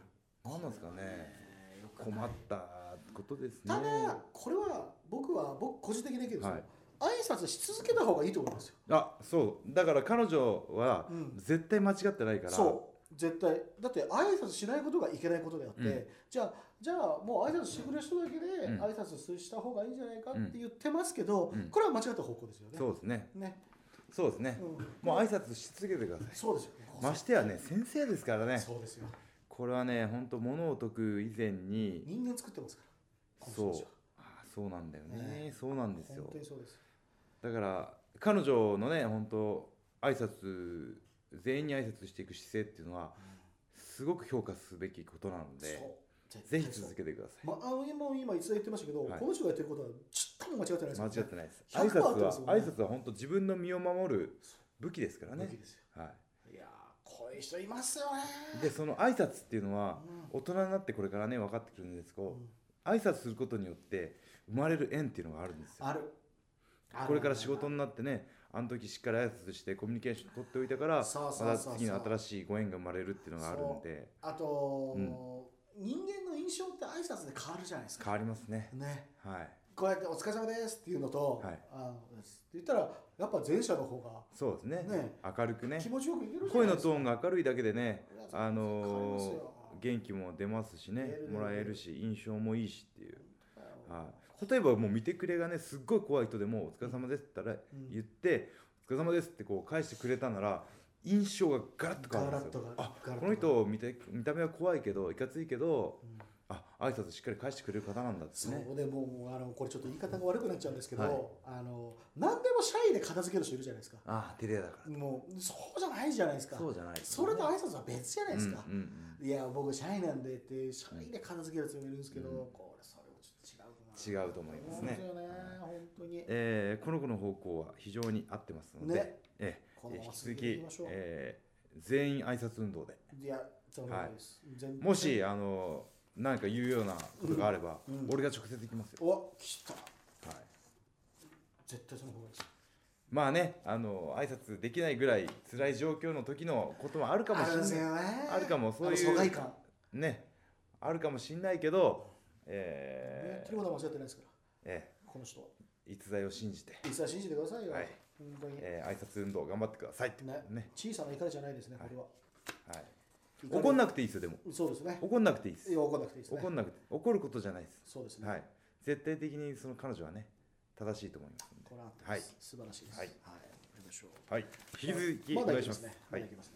Speaker 1: 何なんですかね
Speaker 2: ねよく
Speaker 1: 困ったことですね
Speaker 2: ただこれは僕は僕個人的な意見ですよ、
Speaker 1: はい
Speaker 2: 挨拶し続けた方がいいと思いますよ
Speaker 1: あそうだから彼女は
Speaker 2: うん
Speaker 1: 絶対間違ってないから、
Speaker 2: そう絶対だって挨拶しないことがいけないことであって、
Speaker 1: うん
Speaker 2: じゃあじゃあもう挨拶してくれる人だけで
Speaker 1: うん
Speaker 2: 挨拶すした方がいいんじゃないかって言ってますけど、
Speaker 1: うん
Speaker 2: これは間違った方向ですよね。
Speaker 1: そうですね
Speaker 2: ね、
Speaker 1: そうですね
Speaker 2: う、ん、
Speaker 1: もう挨拶し続けてください
Speaker 2: そうですよね。
Speaker 1: ましてやね先生ですからね
Speaker 2: そうですよ。
Speaker 1: これはね本当物を解く以前に
Speaker 2: 人間作ってますから。
Speaker 1: そう
Speaker 2: この人たちは
Speaker 1: あそうなんだよね
Speaker 2: ね
Speaker 1: そうなんです
Speaker 2: 本
Speaker 1: よ
Speaker 2: 当にそうです。
Speaker 1: だから彼女のね本当挨拶全員に挨拶していく姿勢っていうのはすごく評価すべきことなので
Speaker 2: そう
Speaker 1: ぜひ続けてください
Speaker 2: まあ、あの今今一度言ってましたけど、
Speaker 1: はい
Speaker 2: この人がやってることはちっとも間違ってないです
Speaker 1: 間
Speaker 2: よ
Speaker 1: 違
Speaker 2: ね。
Speaker 1: ってないです挨拶
Speaker 2: 100%合ってま
Speaker 1: は
Speaker 2: すよね
Speaker 1: 挨拶は本当自分の身を守る武器ですから
Speaker 2: 武
Speaker 1: ね
Speaker 2: 器ですよ。
Speaker 1: はい
Speaker 2: やーこういう人いますよね。
Speaker 1: いでその挨拶っていうのは
Speaker 2: うん
Speaker 1: 大人になってこれからね分かってくるんですけ
Speaker 2: う
Speaker 1: ど
Speaker 2: ん
Speaker 1: 挨拶することによって生まれる縁っていうのがあるんですよ
Speaker 2: ある。ある
Speaker 1: これから仕事になってねあの時しっかり挨拶してコミュニケーション取っておいたから
Speaker 2: そうそうそうそう
Speaker 1: また次の新しいご縁が生まれるっていうのがあるんで
Speaker 2: あと、
Speaker 1: うん
Speaker 2: 人間の印象って挨拶で変わるじゃないですか。
Speaker 1: 変わりますね
Speaker 2: ね、
Speaker 1: はい
Speaker 2: こうやって「お疲れ様です」っていうのと「
Speaker 1: はい
Speaker 2: あのですって言ったらやっぱ前者の方
Speaker 1: そうですね
Speaker 2: ね
Speaker 1: 明るく
Speaker 2: が
Speaker 1: ね
Speaker 2: 気持ちよくいけるじゃ
Speaker 1: 声
Speaker 2: ない
Speaker 1: の
Speaker 2: ですか。
Speaker 1: トーンが明るいだけでね
Speaker 2: いや
Speaker 1: あ
Speaker 2: 変わりま
Speaker 1: の
Speaker 2: す
Speaker 1: ー
Speaker 2: よ
Speaker 1: 元気も出ますしね
Speaker 2: 出る
Speaker 1: もらえるし印象もいいしっていう、
Speaker 2: あの
Speaker 1: はい、例えばもう見てくれがねすっごい怖い人でも「お疲れ様です」って言ったら
Speaker 2: ん
Speaker 1: 言って「お疲れ様です」ってこう返してくれたなら印象がガラッと変わるんですよ
Speaker 2: ガラッと変わる
Speaker 1: あ
Speaker 2: ガラッと
Speaker 1: この人見て見た目は怖いけどいかついけど
Speaker 2: うん
Speaker 1: あ挨拶しっかり返してくれる方なんだってね
Speaker 2: そうでもうもうあのこれちょっと言い方が悪くなっちゃうんですけど、
Speaker 1: はい
Speaker 2: あの何でもシャイで片付ける人いるじゃないですか
Speaker 1: ああ照れ屋だか
Speaker 2: もうそうじゃないじゃないですから
Speaker 1: そうじゃないです
Speaker 2: そ
Speaker 1: よね
Speaker 2: れと挨拶は別じゃないですか、
Speaker 1: うんうんうん
Speaker 2: いや僕シャイなんでってシャイで片付けるやつもいるんですけど、これそれもちょっと違うな
Speaker 1: 違うと思いますね
Speaker 2: 思うんですよね本当に
Speaker 1: えーこの子の方向は非常に合ってますので、
Speaker 2: ね
Speaker 1: え
Speaker 2: こ
Speaker 1: ー
Speaker 2: のま
Speaker 1: 引
Speaker 2: ま
Speaker 1: き続
Speaker 2: 進めてい
Speaker 1: き
Speaker 2: きましょう、
Speaker 1: えー全員挨拶運動で
Speaker 2: いやそうなんです、全
Speaker 1: もしあの何か言うようなことがあれば、
Speaker 2: うんうん
Speaker 1: 俺が直接行きますよ、
Speaker 2: お来た
Speaker 1: はい、
Speaker 2: 絶対その方がいいです
Speaker 1: まあねあの挨拶できないぐらい辛い状況の時のこともあるかもし
Speaker 2: あるんです
Speaker 1: れない
Speaker 2: よね
Speaker 1: あるかもそういう
Speaker 2: あの疎外感
Speaker 1: ねあるかもしれないけど
Speaker 2: やっ
Speaker 1: え
Speaker 2: て
Speaker 1: ー
Speaker 2: ることは間違ってないですか
Speaker 1: え
Speaker 2: らこの人
Speaker 1: ー逸材を信じて、
Speaker 2: 一切信じてくださいよ、
Speaker 1: はい
Speaker 2: 本当に、
Speaker 1: えー挨拶運動頑張ってくださいって
Speaker 2: ね
Speaker 1: ね、
Speaker 2: 小さな怒りじゃないですねこれは、
Speaker 1: はい、怒ん
Speaker 2: な
Speaker 1: なくていいですよでも
Speaker 2: そうですね
Speaker 1: 怒んなくていいです
Speaker 2: いや怒んなくていいですね
Speaker 1: 怒んなくて怒ることじゃないです
Speaker 2: そうですね、
Speaker 1: はい、絶対的にその彼女はね正しいと思いますんで
Speaker 2: これは合ってま
Speaker 1: はい
Speaker 2: す、素晴らしいです
Speaker 1: はい
Speaker 2: はい、やりましょう
Speaker 1: はい、引き続き
Speaker 2: ま
Speaker 1: お
Speaker 2: だ
Speaker 1: 願
Speaker 2: い
Speaker 1: いし
Speaker 2: きま
Speaker 1: ますす。
Speaker 2: ね。
Speaker 1: は
Speaker 2: ま
Speaker 1: い
Speaker 2: だい、きますね。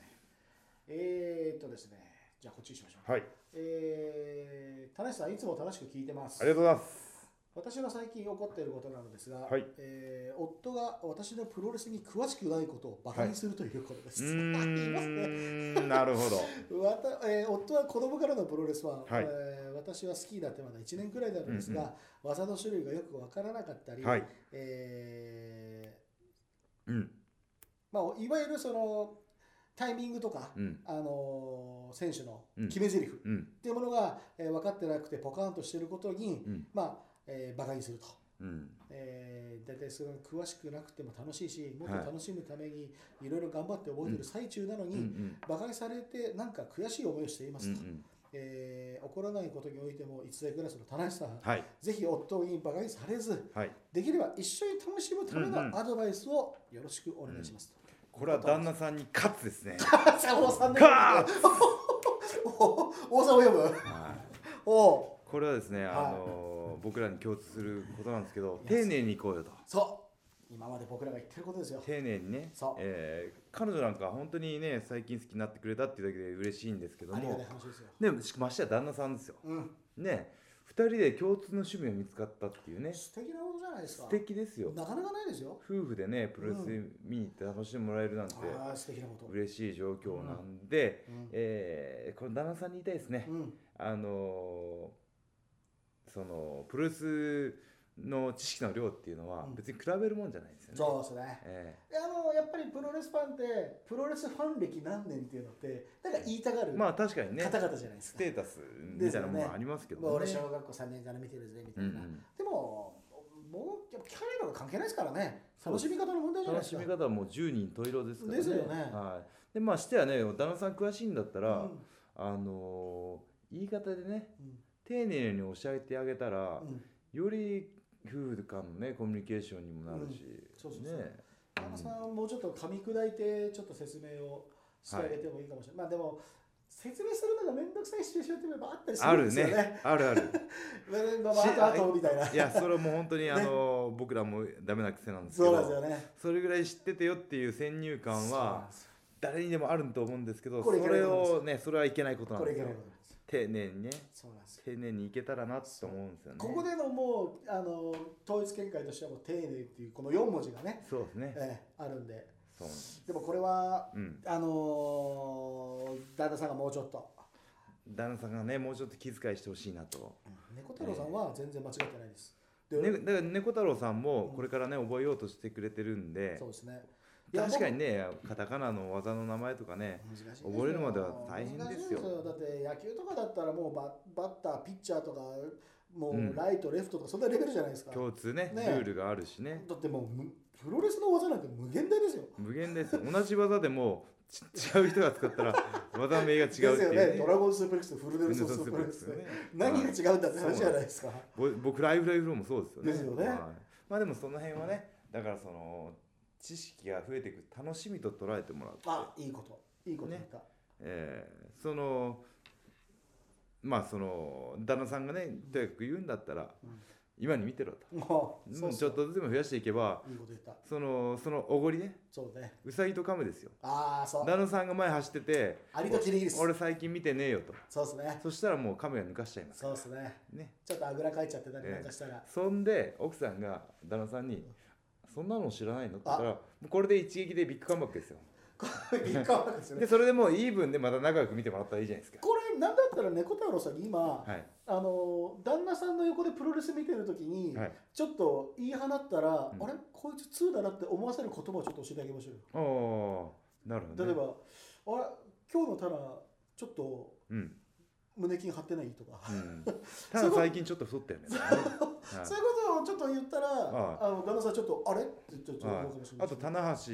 Speaker 2: えーっとですね、じゃあこっちにしましょう。
Speaker 1: はい、
Speaker 2: えー、田無さん、いつも楽しく聞いてます。
Speaker 1: ありがとうございます。
Speaker 2: 私の最近起こっていることなのですが、
Speaker 1: はい
Speaker 2: えー夫が私のプロレスに詳しくないことをバカにするということで
Speaker 1: う
Speaker 2: す。 い ますね
Speaker 1: ーん、なるほど。
Speaker 2: わたえー夫は子供からのプロレスは、
Speaker 1: はい
Speaker 2: えー私は好きになってまだ1年くらいなのですが、
Speaker 1: うん
Speaker 2: 技の種類がよくわからなかったり、
Speaker 1: はい、
Speaker 2: えー
Speaker 1: うん、
Speaker 2: まあ、いわゆるそのタイミングとか、
Speaker 1: うん
Speaker 2: あのー選手の
Speaker 1: うん
Speaker 2: 決め台詞っ
Speaker 1: うん
Speaker 2: ていうものが、えー分かってなくてポカーンとしてることに、
Speaker 1: うん
Speaker 2: まあ、えーバカにすると。
Speaker 1: うん
Speaker 2: えー、大体それが詳しくなくても楽しいしもっ
Speaker 1: はい
Speaker 2: と楽しむためにいろいろ頑張って覚えてる最中なのに、
Speaker 1: うん
Speaker 2: 馬鹿にされてなんか悔しい思いをしていま
Speaker 1: うんう
Speaker 2: すと、
Speaker 1: ん
Speaker 2: えー怒らないことにおいても逸材クラスの田中さん、
Speaker 1: はい
Speaker 2: ぜひ夫に馬鹿にされず
Speaker 1: はい
Speaker 2: できれば一緒に楽しむため
Speaker 1: うんうん
Speaker 2: のアドバイスをよろしくお願い しますと。
Speaker 1: これは旦那さんに勝つですね
Speaker 2: さあ王さん で
Speaker 1: ガー
Speaker 2: お王さんを呼ぶ
Speaker 1: はい
Speaker 2: お
Speaker 1: これはですね、
Speaker 2: い
Speaker 1: あのー僕らに共通することなんですけど丁寧に行こうよと
Speaker 2: そう今まで僕らが言ってることですよ。
Speaker 1: 丁寧にね
Speaker 2: そう、
Speaker 1: えー彼女なんか本当にね最近好きになってくれたっていうだけで嬉しいんですけど
Speaker 2: ありがたい
Speaker 1: も
Speaker 2: 話ですよ。
Speaker 1: でもしましては旦那さんですよ
Speaker 2: うん、
Speaker 1: ね2人で共通の趣味が見つかったっていうね
Speaker 2: 素敵なことじゃないですか。
Speaker 1: 素敵ですよ
Speaker 2: なかなかないですよ。
Speaker 1: 夫婦でねプロレス見に行って楽しんでもらえるなんて
Speaker 2: ああ素敵なこと。
Speaker 1: 嬉しい状況なんで、
Speaker 2: うん
Speaker 1: えーこの旦那さんに言いたいですね、
Speaker 2: うん
Speaker 1: あのーそのプロレスの知識の量っていうのは
Speaker 2: うん
Speaker 1: 別に比べるもんじゃないですよね。
Speaker 2: そうですね。
Speaker 1: え
Speaker 2: であのやっぱりプロレスファンってプロレスファン歴何年っていうのってなんか言いたが
Speaker 1: え
Speaker 2: る
Speaker 1: まあ確かにね
Speaker 2: 方々じゃないです
Speaker 1: ス
Speaker 2: か。
Speaker 1: テータスみたいなものはありますけ
Speaker 2: まあ、
Speaker 1: ど
Speaker 2: 俺小学校3年から見てるぜみた
Speaker 1: う
Speaker 2: い
Speaker 1: んう
Speaker 2: な。
Speaker 1: ん
Speaker 2: でももうやっぱキャリアが関係ないですからね。楽しみ方の問題じゃ
Speaker 1: 楽
Speaker 2: ないです
Speaker 1: し
Speaker 2: か。
Speaker 1: み方はもう10人十色ですからね。
Speaker 2: ですよね
Speaker 1: はい、でまあしてはね旦那さん詳しいんだったら、
Speaker 2: うん
Speaker 1: あのー言い方でね
Speaker 2: うん
Speaker 1: 丁寧に教えてあげたら、
Speaker 2: うん
Speaker 1: より夫婦間のねコミュニケーションにもなるし、
Speaker 2: そうそうそう
Speaker 1: ね
Speaker 2: 山田さんはもうちょっと噛み砕いてちょっと説明をしてあげてもいいかもしれない、まあでも説明するのが面倒くさいシチュエーションっていうのはやっぱあったりす
Speaker 1: あ
Speaker 2: るん
Speaker 1: る
Speaker 2: ですよね。
Speaker 1: ねあるある
Speaker 2: まあまあ、あとあとみたいな。
Speaker 1: い やそれはもう本当にあの、僕らもダメな癖なんですけ
Speaker 2: そう
Speaker 1: ど
Speaker 2: なんですよね。
Speaker 1: それぐらい知っててよっていう先入観
Speaker 2: そうなん
Speaker 1: は
Speaker 2: ですよ
Speaker 1: 誰にでもあると思うんですけどそ
Speaker 2: これいけない
Speaker 1: れ
Speaker 2: こ
Speaker 1: を
Speaker 2: となんですよ
Speaker 1: ねそれはいけないことなん
Speaker 2: こ
Speaker 1: で
Speaker 2: れい
Speaker 1: す
Speaker 2: け
Speaker 1: よ
Speaker 2: ないことなんですよ。
Speaker 1: 丁寧にね
Speaker 2: そうなんですよ。
Speaker 1: 丁寧にいけたらなと思うんですよね
Speaker 2: ここでのもうあの統一見解としてはもう丁寧っていうこの4文字がね、
Speaker 1: そうですね
Speaker 2: ええあるんで
Speaker 1: そうなんです
Speaker 2: でもこれは
Speaker 1: うん
Speaker 2: あのー旦那さんがもうちょっと
Speaker 1: 旦那さんがねもうちょっと気遣いしてほしいなと、
Speaker 2: 猫太郎さんは全然間違ってないです。で
Speaker 1: ね、だから猫太郎さんもこれからね覚えようとしてくれてるんで
Speaker 2: そうですね。いや
Speaker 1: 確かにねカタカナの技の名前とかね
Speaker 2: 難しいですよ
Speaker 1: 覚えるまでは大変
Speaker 2: 難しい
Speaker 1: ですよ
Speaker 2: だって野球とかだったらもうババッターピッチャーとかも
Speaker 1: うん
Speaker 2: うライト、レフトとかそんなレベルじゃないですかだ
Speaker 1: 共通ねル
Speaker 2: ね
Speaker 1: ールがあるしね
Speaker 2: ってもうむプロレスの技なんて無限大ですよ
Speaker 1: 無限ですよ同じ技でもち違う人が使ったら技名が違うって
Speaker 2: ですよ
Speaker 1: い
Speaker 2: ね
Speaker 1: うね
Speaker 2: ドラゴンスープレックスとフルデ
Speaker 1: フ
Speaker 2: ル
Speaker 1: ル
Speaker 2: ソ
Speaker 1: ネ
Speaker 2: ー
Speaker 1: ス
Speaker 2: ス
Speaker 1: スー
Speaker 2: プ
Speaker 1: プ
Speaker 2: レ
Speaker 1: レッ
Speaker 2: ッ
Speaker 1: ク
Speaker 2: クス
Speaker 1: ス
Speaker 2: ね
Speaker 1: ね
Speaker 2: 何が違うんだって話じゃないですか
Speaker 1: ぼ僕ライフライフローもそうですよね
Speaker 2: ですよね
Speaker 1: はいまあでもその辺はねだからその知識が増えていく楽しみと捉えてもらうって
Speaker 2: あいいこといいこと言った、
Speaker 1: えーそのまあその旦那さんがねとにかく言うんだったら、
Speaker 2: うん
Speaker 1: 今に見てろと
Speaker 2: もう
Speaker 1: うん
Speaker 2: そう
Speaker 1: ちょっとずつでも増やしていけば
Speaker 2: いいこと言った
Speaker 1: そのそのおごりね
Speaker 2: そうね
Speaker 1: うさぎと噛むですよ
Speaker 2: ああそう
Speaker 1: 旦那さんが前走ってて
Speaker 2: ありとキリギリス
Speaker 1: 俺最近見てねえよと
Speaker 2: そうですね
Speaker 1: そしたらもう亀が抜かしちゃいます
Speaker 2: そうですね
Speaker 1: ね
Speaker 2: ちょっとあぐらかいちゃってたりなんかしたら、
Speaker 1: そんで奥さんが旦那さんに「そんなの知らないの?」って言ったらもうこれで一撃でビッグカムバックですよ
Speaker 2: これ結果はです
Speaker 1: で
Speaker 2: ね
Speaker 1: それでもうイーブンでまた仲良く見てもらったらいいじゃないですか
Speaker 2: これなんだったら猫太郎さんに今、
Speaker 1: はい
Speaker 2: あの旦那さんの横でプロレス見てるときに、
Speaker 1: はい
Speaker 2: ちょっと言い放ったら、
Speaker 1: うん
Speaker 2: あれこいつ2だなって思わせる言葉をちょっと教えてあげましょうよ
Speaker 1: ああなるほど、ね、
Speaker 2: 例えば、あれ今日のタナちょっと
Speaker 1: うん
Speaker 2: 胸筋張ってないとか、
Speaker 1: うん、ただ最近ちょっと太ったよね。はい
Speaker 2: そういうことをちょっと言ったら、
Speaker 1: はい
Speaker 2: あの旦那さんちょっとあれってちょっと
Speaker 1: はい
Speaker 2: 思うかもしれない
Speaker 1: あと棚橋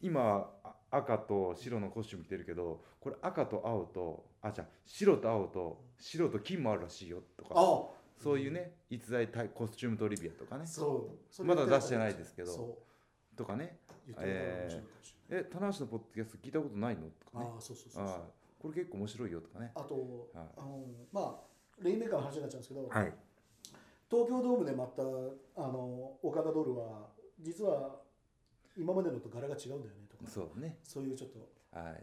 Speaker 1: 今あ赤と白のコスチューム着てるけどこれ赤と青とあじゃあ白と青と白と金もあるらしいよとか
Speaker 2: あ
Speaker 1: そういうね逸材対コスチュームトリビアとかね
Speaker 2: そうそれ
Speaker 1: まだ出してないですけど
Speaker 2: そ
Speaker 1: とかね
Speaker 2: う言ってもらえたら面白いかもし
Speaker 1: え棚橋のポッドキャスト聞いたことないのと
Speaker 2: れ
Speaker 1: か
Speaker 2: ない、
Speaker 1: ね
Speaker 2: ああそうそうそうそう
Speaker 1: あこれ結構面白いよとかね
Speaker 2: あと、
Speaker 1: はい
Speaker 2: あのまあ黎明館の話になっちゃうんですけど、
Speaker 1: はい
Speaker 2: 東京ドームでまたあの岡田ドルは実は今までのと柄が違うんだよねとか
Speaker 1: そうだね
Speaker 2: そういうちょっと
Speaker 1: はい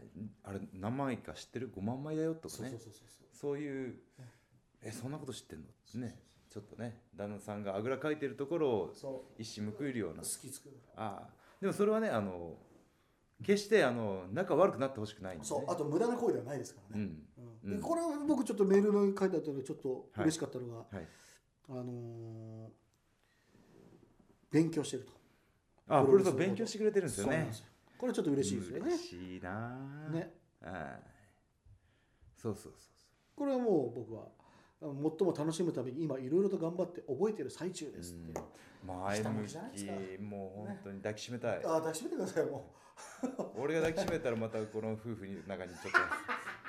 Speaker 1: あれ何枚か知ってる5万枚だよとか
Speaker 2: そう
Speaker 1: ね
Speaker 2: そうそうそう
Speaker 1: そういう、え、そんなこと知ってんのってね、ちょっとね、旦那さんがあぐらかいてるところを
Speaker 2: そ
Speaker 1: 一矢報いるよう
Speaker 2: う
Speaker 1: な
Speaker 2: 好。きつく
Speaker 1: ああ、でもそれはね、あの、決してあの仲悪くなってほしくないんで、ね。
Speaker 2: そうあと無駄な行為ではないですから
Speaker 1: う
Speaker 2: ね、
Speaker 1: ん。
Speaker 2: うん
Speaker 1: うん
Speaker 2: でこれは僕ちょっとメールに書いてあったのでちょっと嬉しかったのが、
Speaker 1: はい。
Speaker 2: あのー勉強してると
Speaker 1: あ、プロレスを
Speaker 2: プロ
Speaker 1: 勉
Speaker 2: レスのこと
Speaker 1: 強してくれてるんですよ
Speaker 2: そうなん
Speaker 1: ね
Speaker 2: です。よこれちょっと嬉しいですよね
Speaker 1: 難。しいなあ
Speaker 2: ね
Speaker 1: はいそうそうそうそう
Speaker 2: これはもう僕は最も楽しむために今いろいろと頑張って覚えてる最中ですっていう。
Speaker 1: 前
Speaker 2: 下
Speaker 1: 向
Speaker 2: 向きじゃないですか
Speaker 1: きもう本当に抱きしめたい、
Speaker 2: ああ抱きしめてくださいも
Speaker 1: 俺が抱きしめたらまたこの夫婦の中にちょっ と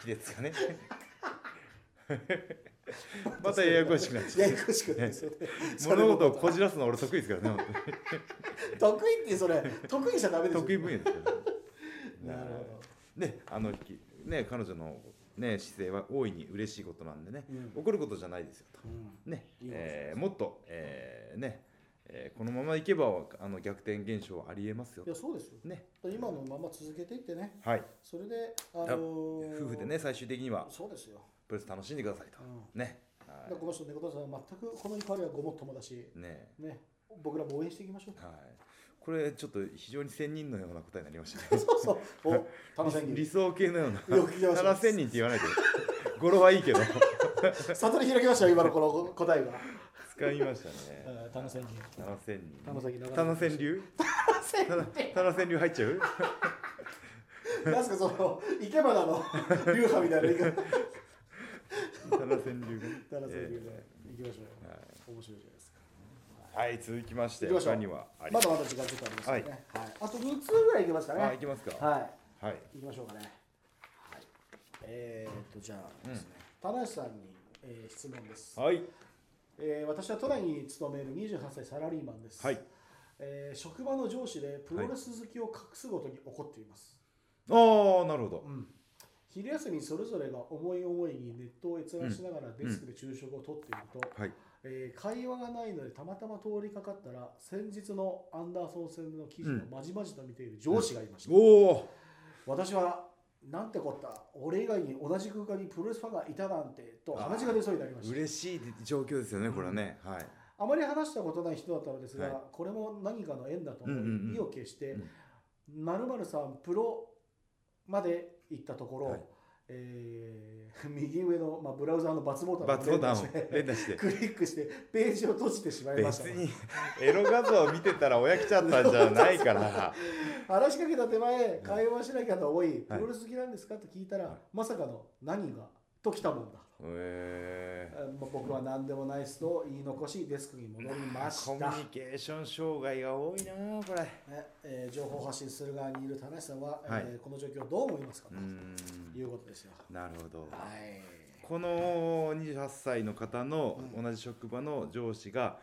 Speaker 1: 亀裂がね
Speaker 2: う。
Speaker 1: またややこしくなっ ちゃ
Speaker 2: や
Speaker 1: う
Speaker 2: やこしくなっちゃう。
Speaker 1: 物事をこ
Speaker 2: じ
Speaker 1: じらすの俺得意ですからね本当に
Speaker 2: 得意ってそれ得 意じゃダメですよ。
Speaker 1: 得意分野ですからね
Speaker 2: なるほど。
Speaker 1: ねあの引きね彼女のね姿勢は大いに嬉しいことなんでね、
Speaker 2: うん
Speaker 1: 怒ることじゃないですよと
Speaker 2: うん
Speaker 1: ね
Speaker 2: いいことです
Speaker 1: えーもっと、えーね、えーこのままいけばあの逆転現象はありえますよ
Speaker 2: いやそうですよ。
Speaker 1: ね
Speaker 2: 今のまま続けていってね。
Speaker 1: はい
Speaker 2: それであのー
Speaker 1: 夫婦でね。最終的には
Speaker 2: そうですよ。
Speaker 1: プロレス楽しんでくださいと、
Speaker 2: うん
Speaker 1: ね
Speaker 2: だ
Speaker 1: は
Speaker 2: からこの人猫田さんは全くこの怒りはごもっともだし、
Speaker 1: いね
Speaker 2: ね僕らも応援していきましょう。
Speaker 1: はいこれちょっと非常に仙人のような答えになりましたね
Speaker 2: そうそう。お 楽し
Speaker 1: 理
Speaker 2: み。
Speaker 1: 想系のような
Speaker 2: よく聞きました
Speaker 1: 7000人って言わないで語呂はいいけど
Speaker 2: 悟り開きましたよ今のこの答えが。
Speaker 1: 使いましたね
Speaker 2: えー楽しみ。
Speaker 1: 7000人
Speaker 2: 玉崎長
Speaker 1: 七千流七千流入っちゃう
Speaker 2: なんすかその生け花の 流派みたいな言い方
Speaker 1: 七千流がね
Speaker 2: 七千流
Speaker 1: え
Speaker 2: で行きましょ
Speaker 1: ーはいう
Speaker 2: 面白いじゃないですか
Speaker 1: はい、続きまして、
Speaker 2: 行きましょう
Speaker 1: 他にはあり
Speaker 2: ま
Speaker 1: ます
Speaker 2: だまだ時間ちょっとありますよねはいあと2通ぐらい行けますか
Speaker 1: あ、行
Speaker 2: ね
Speaker 1: きますか。
Speaker 2: は
Speaker 1: はい。
Speaker 2: い行きましょうかねはいえーっとじゃあですね田無さんにえー質問です
Speaker 1: はい。
Speaker 2: えー私は都内に勤める28歳サラリーマンです
Speaker 1: はい
Speaker 2: えー職場の上司でプロレス好きを隠すごとに怒っています
Speaker 1: ああ、なるほど。
Speaker 2: うん昼休みそれぞれが思い思いにネットを閲覧しながらデスクで昼食をとっていると、
Speaker 1: はい。
Speaker 2: えー会話がないのでたまたま通りかかったら先日のアンダーソン戦の記事を
Speaker 1: うん
Speaker 2: まじまじと見ている上司がいました、
Speaker 1: おお。
Speaker 2: 私はなんてこった俺以外に同じ空間にプロレスファンがいたなんてと鼻血が出そうになりました
Speaker 1: 嬉しい状況ですよね、これはね。はい。
Speaker 2: あまり話したことない人だったのですが、
Speaker 1: はい
Speaker 2: これも何かの縁だと思い、
Speaker 1: うんうんうん
Speaker 2: 意を決して「まるまるさんプロ」まで行ったところ、
Speaker 1: はい
Speaker 2: えー右上の、まあ、ブラウザーのバツボタンを
Speaker 1: バツボタンを
Speaker 2: 連打して
Speaker 1: 連打して。
Speaker 2: クリックしてページを閉じてしまいまし
Speaker 1: 別
Speaker 2: た、
Speaker 1: にエロ画像を見てたら親来ちゃったんじゃないから。
Speaker 2: 話しかけた手前会話しなきゃと思い、プロレス好きなんですかと聞いたら、
Speaker 1: はい
Speaker 2: まさかの何がと来たもんだ、
Speaker 1: ええ。
Speaker 2: えーまあ僕は何でもないですと言い残しデスクに戻りまし
Speaker 1: コミ
Speaker 2: た、
Speaker 1: ュニケーション障害が多いな、これ。
Speaker 2: ねえー情報発信する側にいる田無さんは、
Speaker 1: はい
Speaker 2: えーこの状況をどう思いますか
Speaker 1: う
Speaker 2: と
Speaker 1: ーん
Speaker 2: い。うことですよ、
Speaker 1: なるほど。
Speaker 2: はい
Speaker 1: この28歳の方の
Speaker 2: うん
Speaker 1: 同じ職場の上司が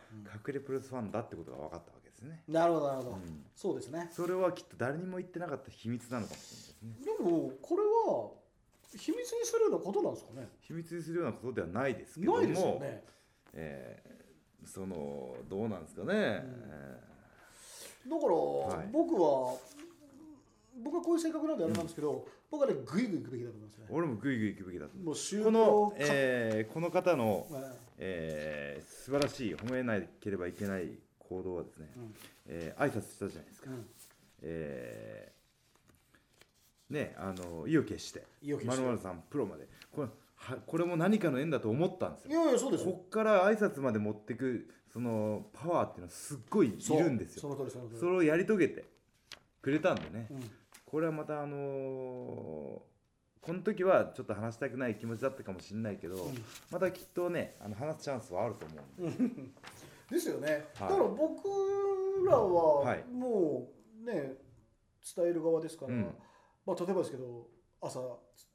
Speaker 1: 隠れプロレスファンだってことが分かったわけですね。
Speaker 2: なるほどなるほど、
Speaker 1: うん
Speaker 2: そうですね
Speaker 1: それはきっと誰にも言ってなかった秘密なのかもしれないですね。
Speaker 2: でもこれは秘密にするようなことなんですかね
Speaker 1: 秘密にするようなことではないですけども、
Speaker 2: ないですよね
Speaker 1: えーそのどうなんですかね、え
Speaker 2: だから、
Speaker 1: い
Speaker 2: 僕は僕はこういう性格なんであれなんですけど、僕はねグイグイ行くべきだと思いますね
Speaker 1: ー俺もグイグイ行くべきだと思
Speaker 2: もう宗
Speaker 1: う
Speaker 2: 教
Speaker 1: この
Speaker 2: か、
Speaker 1: えーこの方の、
Speaker 2: え
Speaker 1: えー素晴らしい褒めなければいけない行動はですね
Speaker 2: え、うん
Speaker 1: えー挨拶したじゃないですか、
Speaker 2: うん
Speaker 1: えーねあの意を決して
Speaker 2: 意を決して
Speaker 1: まるまるさんプロまでこれはこれも何かの縁だと思ったんです
Speaker 2: い
Speaker 1: よ
Speaker 2: やいやそうですよ
Speaker 1: こっから挨拶まで持ってくそのパワーっていうのはすっごいい
Speaker 2: そう
Speaker 1: るんですよ
Speaker 2: その通りその通り
Speaker 1: それをやり遂げてくれたんでね、
Speaker 2: うん
Speaker 1: これはまたあのーこの時はちょっと話したくない気持ちだったかもしれないけど、
Speaker 2: ん
Speaker 1: またきっとねあの話すチャンスはあると思うんで、
Speaker 2: ですよね、
Speaker 1: はい
Speaker 2: だから僕ら
Speaker 1: は
Speaker 2: はいもうね伝える側ですから、
Speaker 1: うん
Speaker 2: まあ、例えばですけど朝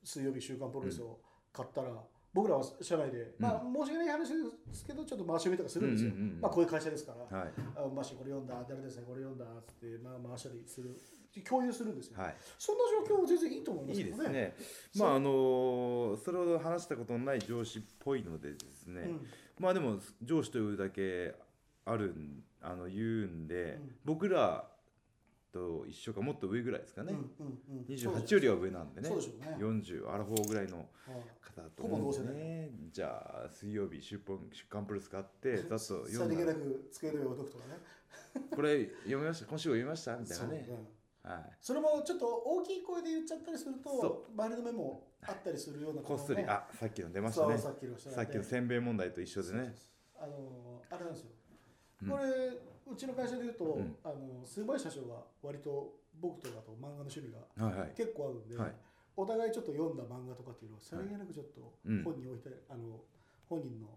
Speaker 2: 水曜日「週刊プロレス」を買ったら、僕らは社内で、まあ、申し訳ない話ですけどちょっと回し読みとかするんですよ、
Speaker 1: うんうんうん
Speaker 2: まあ、こういう会社ですから、
Speaker 1: はい
Speaker 2: あマシこれ読んだ誰ですねこれ読んだっつって、まあ、回したりする共有するんですよ、
Speaker 1: はい
Speaker 2: そんな状況は全然いいと思います
Speaker 1: いい
Speaker 2: け
Speaker 1: で
Speaker 2: ど
Speaker 1: すね
Speaker 2: ね
Speaker 1: まああのーそれを話したことのない上司っぽいのでですね、
Speaker 2: うん
Speaker 1: まあでも上司というだけあるんあの言うんで、
Speaker 2: うん
Speaker 1: 僕らと一緒かもっと上ぐらいですかね、
Speaker 2: うんうんうん
Speaker 1: 28よりは上なんでね
Speaker 2: そうでしょうね
Speaker 1: 40アラフォーぐらいの
Speaker 2: はい
Speaker 1: 方だと思うんで
Speaker 2: ほぼ同世
Speaker 1: ねじゃあ水曜日出本出刊プロレス買って ざっと
Speaker 2: さ
Speaker 1: 読
Speaker 2: りげ
Speaker 1: んだ
Speaker 2: な
Speaker 1: ら
Speaker 2: く机の上を置くとかね
Speaker 1: これ読みました今週号読みましたみたいなね
Speaker 2: そううん
Speaker 1: はい
Speaker 2: それもちょっと大きい声で言っちゃったりすると
Speaker 1: そ
Speaker 2: 周りの目もあったりするような
Speaker 1: こっそりあさっきの出ました
Speaker 2: そう
Speaker 1: ね
Speaker 2: さっきの人なん
Speaker 1: さっ
Speaker 2: で
Speaker 1: きのせんべい問題と一緒でね
Speaker 2: あのあれなんですよ、
Speaker 1: うん
Speaker 2: これうちの会社でいうと、
Speaker 1: うん
Speaker 2: あの数倍社長が割と僕とかと漫画の趣味が
Speaker 1: はいはい
Speaker 2: 結構あるんで、
Speaker 1: はい
Speaker 2: お互いちょっと読んだ漫画とかっていうのはさりげなくちょっと
Speaker 1: うん
Speaker 2: 本に置いたり、あの本人の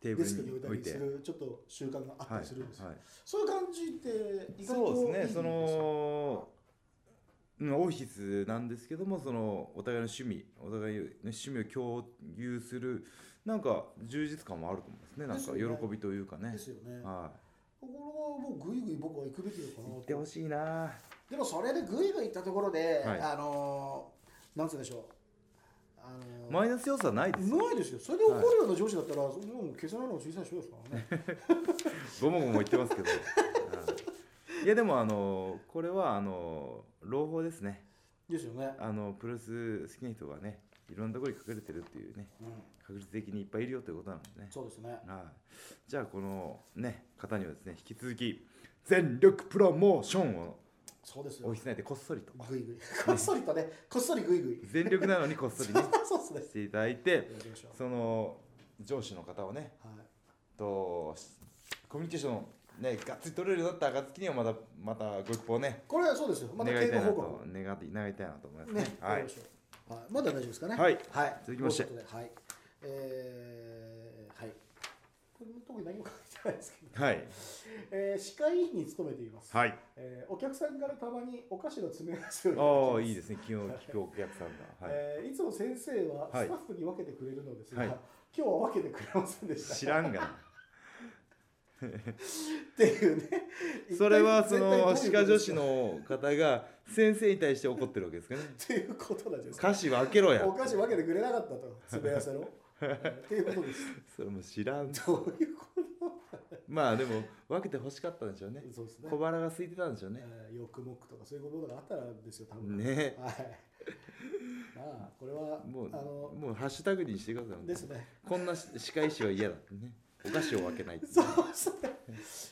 Speaker 1: テーブ
Speaker 2: デスクに
Speaker 1: ル
Speaker 2: 置
Speaker 1: に置い
Speaker 2: いたり
Speaker 1: て
Speaker 2: するちょっと習慣があった
Speaker 1: はい
Speaker 2: りするんですよ、
Speaker 1: はい
Speaker 2: そういう感じって意外といい
Speaker 1: そ
Speaker 2: ん
Speaker 1: うで
Speaker 2: です
Speaker 1: ね
Speaker 2: す
Speaker 1: そ
Speaker 2: よ
Speaker 1: のうんオフィスなんですけどもそのお互いの趣味お互いの趣味を共有するなんか充実感もあると思うんですねなん
Speaker 2: ですよ
Speaker 1: か
Speaker 2: ね
Speaker 1: 喜びというかね
Speaker 2: ですよね、
Speaker 1: は
Speaker 2: ここはもうぐいぐい僕は行くべき
Speaker 1: い
Speaker 2: のか
Speaker 1: 行
Speaker 2: な
Speaker 1: ってほしいな
Speaker 2: でもそれでぐいぐい行ったところで、
Speaker 1: はい
Speaker 2: あのーなんつうんでしょうあのー
Speaker 1: マイナス要素はないです
Speaker 2: ないですよそれで怒るような上司だったら、そんなもう消せないのを小さい人ですからね
Speaker 1: ごもごも言ってますけどはいいやでもあのこれはあの朗報ですね
Speaker 2: ですよね、
Speaker 1: あのプロレス好きな人がねいろんなところに隠れてるっていうね
Speaker 2: うん、
Speaker 1: 確率的にいっぱいいるよということなんでね
Speaker 2: そうですね
Speaker 1: はい、じゃあこのね方にはですね引き続き全力プロモーションを
Speaker 2: そうです
Speaker 1: オ
Speaker 2: よ
Speaker 1: フィス内でこっそりと
Speaker 2: ぐいぐいこっそりとねこっそりぐいぐい
Speaker 1: 全力なのにこっそりね
Speaker 2: そうですね
Speaker 1: していただいて
Speaker 2: やりましょう
Speaker 1: その上司の方をね
Speaker 2: はい
Speaker 1: とコミュニケーションをねがっつり取れるようになった暁にはまたまたご一報をね、
Speaker 2: これはそうですよまた
Speaker 1: 願い
Speaker 2: 経
Speaker 1: たい
Speaker 2: 過
Speaker 1: な
Speaker 2: 報
Speaker 1: と
Speaker 2: 告
Speaker 1: 願って願いたいなと思いますね
Speaker 2: ね
Speaker 1: は
Speaker 2: やり
Speaker 1: い
Speaker 2: ましょうはいまだ大丈夫ですかね
Speaker 1: はい
Speaker 2: はい
Speaker 1: 続きまして
Speaker 2: ということではいえーはいこれ特に何も書いてないですけど、
Speaker 1: はい
Speaker 2: えー、歯科医院に勤めています、
Speaker 1: はい
Speaker 2: えーお客さんからたまにお菓子の詰め合わせを
Speaker 1: ああ
Speaker 2: いただきます
Speaker 1: いいですね気を利くお客さんが、はい
Speaker 2: えーいつも先生は
Speaker 1: はい
Speaker 2: スタッフに分けてくれるのですが、
Speaker 1: はい
Speaker 2: 今日は分けてくれませんでした。
Speaker 1: 知らんがな
Speaker 2: っていうね。
Speaker 1: それはその
Speaker 2: 一
Speaker 1: 歯
Speaker 2: 体
Speaker 1: 科
Speaker 2: どういうこと
Speaker 1: 女
Speaker 2: で
Speaker 1: 子
Speaker 2: すか
Speaker 1: の方が先生に対して怒ってるわけですかね
Speaker 2: っていうことなんじゃないですか。
Speaker 1: 歌詞分けろや
Speaker 2: お菓子分けてくれなかったと、詰め合 わせの。えーっていうことです。
Speaker 1: それも知らん
Speaker 2: どういうこと
Speaker 1: まあでも分けて欲しかったんでしょうね
Speaker 2: そうですね
Speaker 1: 小。腹が空いてたんでしょうね
Speaker 2: えーヨックモックとかそういうことがあったらですよ、多分。
Speaker 1: ね
Speaker 2: はい。まあ、これは、
Speaker 1: も
Speaker 2: あの
Speaker 1: う、もうハッシュタグにしてください本当
Speaker 2: で
Speaker 1: に
Speaker 2: すね。
Speaker 1: こんな歯科医師は嫌だってねお菓子を分けないってね
Speaker 2: そうですね。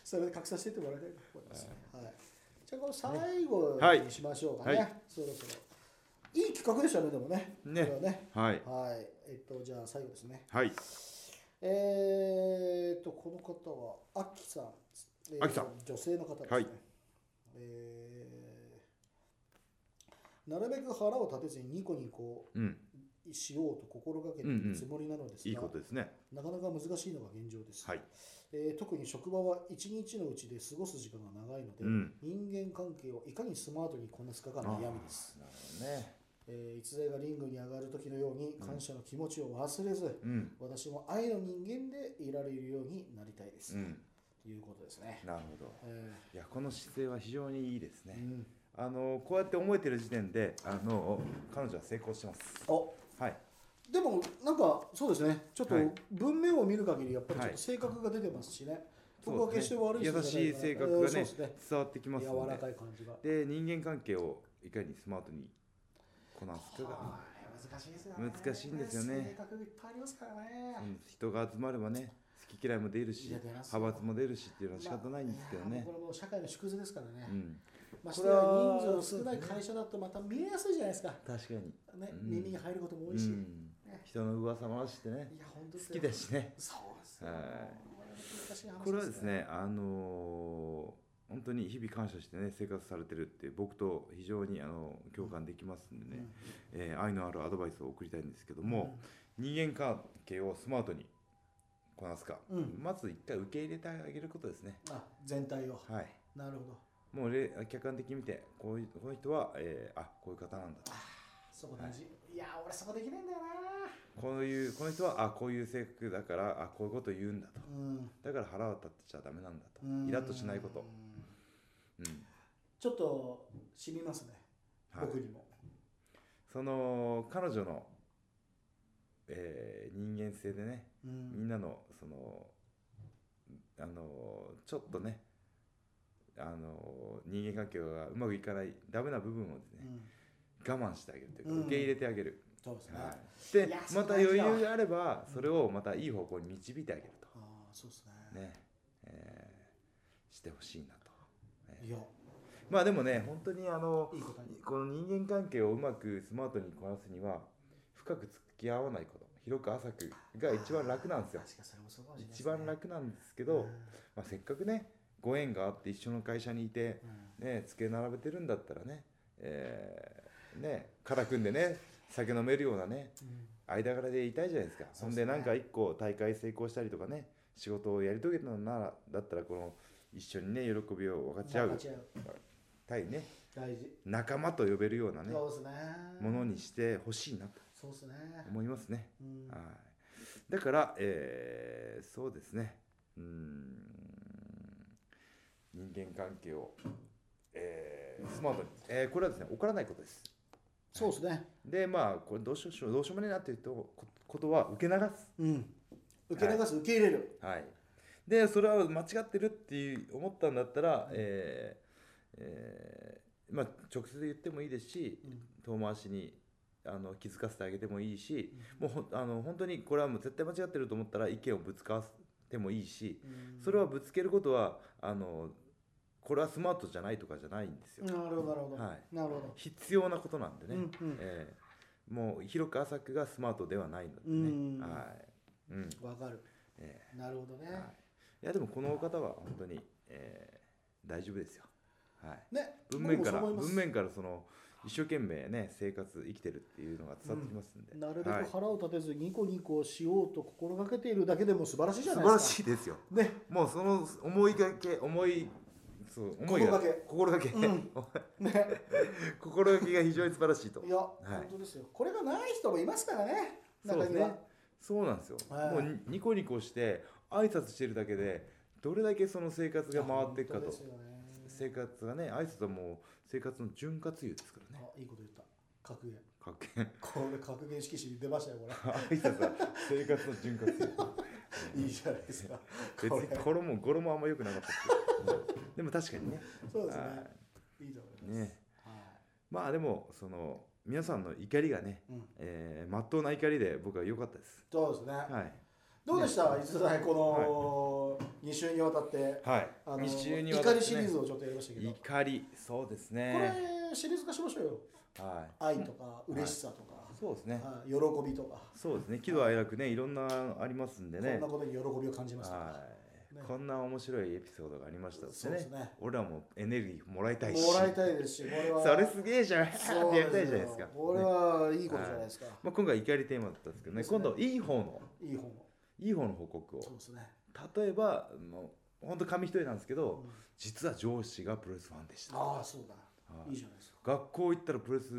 Speaker 2: それで拡散していってもらいたいと思いますね。はい。じゃあこの最後にしましょうかね。
Speaker 1: はい
Speaker 2: そろそろ。いい企画でしたね、でもね。
Speaker 1: ね
Speaker 2: これはね。
Speaker 1: はい
Speaker 2: はい。えっと、じゃあ最後ですね。
Speaker 1: はい
Speaker 2: えーっと、この方は、あきさん。えー
Speaker 1: あきさん。
Speaker 2: 女性の方ですね。
Speaker 1: はい
Speaker 2: えーなるべく腹を立てずにニコニコ
Speaker 1: うん
Speaker 2: しようと心がけているつもりなのですが、
Speaker 1: いいことですね
Speaker 2: なかなか難しいのが現状です。
Speaker 1: はい
Speaker 2: えー特に職場は一日のうちで過ごす時間が長いので、
Speaker 1: うん
Speaker 2: 人間関係をいかにスマートにこなすかが悩みです、
Speaker 1: なるほどね
Speaker 2: えー逸材がリングに上がる時のように感謝の気持ちを忘れず、
Speaker 1: うん
Speaker 2: 私も愛の人間でいられるようになりたいです、
Speaker 1: うん
Speaker 2: ということですね、
Speaker 1: なるほど
Speaker 2: え
Speaker 1: いやこの姿勢は非常にいいです
Speaker 2: ー
Speaker 1: ね
Speaker 2: うん
Speaker 1: あのこうやって思えてる時点であの彼女は成功してます
Speaker 2: お
Speaker 1: はい
Speaker 2: でもなんかそうですねちょっと
Speaker 1: はい
Speaker 2: 文面を見る限りやっぱりちょっ
Speaker 1: は
Speaker 2: と
Speaker 1: い
Speaker 2: 性格が出てますしね、僕
Speaker 1: そ
Speaker 2: は
Speaker 1: う
Speaker 2: 決
Speaker 1: で
Speaker 2: し
Speaker 1: すね
Speaker 2: て
Speaker 1: 優しい性
Speaker 2: 悪い人じゃないえ
Speaker 1: 格
Speaker 2: ー
Speaker 1: が
Speaker 2: そうで
Speaker 1: ね
Speaker 2: すね
Speaker 1: 伝わってきます
Speaker 2: 柔
Speaker 1: の
Speaker 2: ら
Speaker 1: で
Speaker 2: かい感じが
Speaker 1: で人間関係をいかにスマートにこなすかが、
Speaker 2: 難しいですよ
Speaker 1: ね難しいんですよね
Speaker 2: 性格いっぱいありますからね。
Speaker 1: うん人が集まればね好き嫌いも出るし
Speaker 2: いや出ますよ
Speaker 1: 派閥も出るしっていうのは仕方ないんですけど
Speaker 2: まあ
Speaker 1: ね
Speaker 2: こ、れもう社会の縮図ですからね。
Speaker 1: うん、
Speaker 2: まあ、
Speaker 1: こ
Speaker 2: 人
Speaker 1: れは
Speaker 2: 数少ない会社だとまた見えやすいじゃないですか。
Speaker 1: 確かに、
Speaker 2: ね、
Speaker 1: うん
Speaker 2: 耳に入ることも多
Speaker 1: う
Speaker 2: いし。
Speaker 1: ん、人の噂もあるしってね
Speaker 2: いや、本当
Speaker 1: 好きだ
Speaker 2: し。
Speaker 1: しね
Speaker 2: そうですよ。
Speaker 1: はい
Speaker 2: 難しい話
Speaker 1: これはです。ねあのー本当に日々感謝してね生活されてるって僕と非常にあの共感できますんでね、えー愛のあるアドバイスを送りたいんですけども、人間関係をスマートにこなすか、
Speaker 2: うん
Speaker 1: まず一回受け入れてあげることですね
Speaker 2: うんあ、全体を。
Speaker 1: はい
Speaker 2: なるほど。
Speaker 1: もうれ客観的に見てこういうこの人は、えーあこういう方なんだ
Speaker 2: そこ大事。いや、俺そこできないんだよな。
Speaker 1: こういうこの人はあこういう性格だからあこういうこと言うんだと
Speaker 2: うん
Speaker 1: だから腹は立ってちゃダメなんだと
Speaker 2: うん。
Speaker 1: イラッとしないこと、。うん
Speaker 2: ちょっと、染みますね。
Speaker 1: はい
Speaker 2: 僕、にも。
Speaker 1: その彼女の、えー人間性でね
Speaker 2: う
Speaker 1: み
Speaker 2: ん。
Speaker 1: んなのそのあのちょっとねあの人間関係がうまくいかないダメな部分をです
Speaker 2: う
Speaker 1: ね、
Speaker 2: ん
Speaker 1: 我慢してあげるというか、
Speaker 2: うん
Speaker 1: 受け入れてあげる、
Speaker 2: そうですね。
Speaker 1: は
Speaker 2: あ
Speaker 1: い、で
Speaker 2: いや
Speaker 1: また
Speaker 2: それ
Speaker 1: 余
Speaker 2: 大事だ
Speaker 1: 裕があればそれをまたいい方向に導いてあげると、
Speaker 2: あ、そうですね。
Speaker 1: ねえーしてほしいなと
Speaker 2: いや、
Speaker 1: まあでもね本当にあの
Speaker 2: いいことに。
Speaker 1: この人間関係をうまくスマートにこなすには深く付き合わないこと広く浅くが一番楽なんですよ
Speaker 2: あー確かにそれもそうかもしれないです
Speaker 1: 一
Speaker 2: ね
Speaker 1: 番楽なんですけど、
Speaker 2: うん
Speaker 1: まあ、せっかくねご縁があって一緒の会社にいて、ね、机並べてるんだったらね,、えーね肩組んでね酒飲めるようなね間柄でいたいじゃないですか
Speaker 2: そ
Speaker 1: そ
Speaker 2: うんですね
Speaker 1: でなんか一個大会成功したりとかね仕事をやり遂げたのならだったらこの一緒にね喜びを分かち合う
Speaker 2: ち合う
Speaker 1: 対ね
Speaker 2: 大事
Speaker 1: 仲間と呼べるようなね
Speaker 2: そうですね
Speaker 1: ものにしてほしいなと
Speaker 2: そうですね
Speaker 1: 思いますね。
Speaker 2: うん
Speaker 1: はい、だから、えーそうですねうーん人間関係を、えースマートに、えーこれはですね怒らないことです
Speaker 2: そうですね
Speaker 1: でまあこれどうしようどうしようもねえなっていうとこことは受け流す
Speaker 2: うん受け流す受け入れる
Speaker 1: はいでそれは間違ってるっていう思ったんだったら、えーえーまあ、直接言ってもいいですし、
Speaker 2: うん
Speaker 1: 遠回しにあの気づかせてあげてもいいし、もうほんあの本当にこれはもう絶対間違ってると思ったら意見をぶつかわしてもいいし、
Speaker 2: うん
Speaker 1: それはぶつけることはあのこれはスマートじゃないとかじゃないんですよ、
Speaker 2: なるほどなるほど
Speaker 1: はい
Speaker 2: なるほど
Speaker 1: 必要なことなんでね、
Speaker 2: うんうん
Speaker 1: えーもう広く浅くがスマートではないのでね、
Speaker 2: うん
Speaker 1: はい、うん
Speaker 2: わかる
Speaker 1: え
Speaker 2: なるほど
Speaker 1: ーはい
Speaker 2: ね、
Speaker 1: いやでもこのお方は本当に、えー大丈夫ですよ、はい、
Speaker 2: ね
Speaker 1: 文面から
Speaker 2: 僕もそう
Speaker 1: 文
Speaker 2: 思い
Speaker 1: 面からその一生懸命ね生活生きてるっていうのが伝わってきますんで、
Speaker 2: ますなるべ
Speaker 1: はい
Speaker 2: く腹を立てずニコニコしようと心がけているだけでも素晴らしいじゃ
Speaker 1: 素
Speaker 2: ない
Speaker 1: 晴ら
Speaker 2: です
Speaker 1: しいですよ
Speaker 2: かね
Speaker 1: もうその思いがけ思いそう思いが心がけ
Speaker 2: うんね
Speaker 1: 心がけが非常に素晴らしいと
Speaker 2: いや、
Speaker 1: い
Speaker 2: 本当ですよ。これがない人もいますからね。
Speaker 1: そう
Speaker 2: 中
Speaker 1: です
Speaker 2: には。
Speaker 1: ねそうなんですよ、
Speaker 2: はい
Speaker 1: もうにニコニコして挨拶してるだけでどれだけその生活が回っていくかと
Speaker 2: 本当ですよね
Speaker 1: 生活がね挨拶はもう生活の潤滑油ですからね
Speaker 2: あ、いいこと言った。格言。
Speaker 1: かっけえ
Speaker 2: これ格言色紙出ましたよ、こ
Speaker 1: 挨拶は生活の潤滑油
Speaker 2: れ。いいじゃないですか。
Speaker 1: 別
Speaker 2: こ
Speaker 1: に
Speaker 2: れ
Speaker 1: これも語呂もあんま良くなかったですけ どうんでも確かにね
Speaker 2: そうですね
Speaker 1: は。
Speaker 2: いいと思い
Speaker 1: い
Speaker 2: ます。
Speaker 1: ね
Speaker 2: は
Speaker 1: まあでもその皆さんの怒りがね
Speaker 2: い。うん。
Speaker 1: えー、真っ当な怒りで僕は良かったです
Speaker 2: そうですね。
Speaker 1: はい
Speaker 2: どうでした、伊豆さん、この二週にわたって。
Speaker 1: はい
Speaker 2: あの、
Speaker 1: 二週にわた
Speaker 2: 怒
Speaker 1: ってね
Speaker 2: りシリーズをちょっとやりましたけど。こ
Speaker 1: 怒りそうですね
Speaker 2: れ、シリーズ化しましょうよ。
Speaker 1: はい
Speaker 2: 愛とか、嬉しさとか。
Speaker 1: そうですね
Speaker 2: はい喜びとか。
Speaker 1: そうですね喜怒哀楽ねいろんなありますんで
Speaker 2: こ
Speaker 1: ね
Speaker 2: んなことに喜びを感じました。
Speaker 1: はい
Speaker 2: ね
Speaker 1: こんな面白いエピソードがありましたって
Speaker 2: そうです
Speaker 1: ね
Speaker 2: ね
Speaker 1: 俺らもエネルギーもらいたいし
Speaker 2: もらいたいですし、これ は。
Speaker 1: それすげえじゃんって
Speaker 2: そう
Speaker 1: やりたいじゃないですか
Speaker 2: これ
Speaker 1: ね
Speaker 2: はいいことじゃないですか。
Speaker 1: まあ、今回怒りテーマだったんですけどね
Speaker 2: ですね
Speaker 1: 今度いい方の
Speaker 2: いい方の。
Speaker 1: いい方の報告を
Speaker 2: そうですね。
Speaker 1: 例えばもう本当紙一重なんですけ
Speaker 2: う
Speaker 1: ど、
Speaker 2: ん
Speaker 1: 実は上司がプロレスファンでした
Speaker 2: ああ、そうだ。
Speaker 1: はい
Speaker 2: いいじゃないですか。
Speaker 1: 学校行ったらプロレス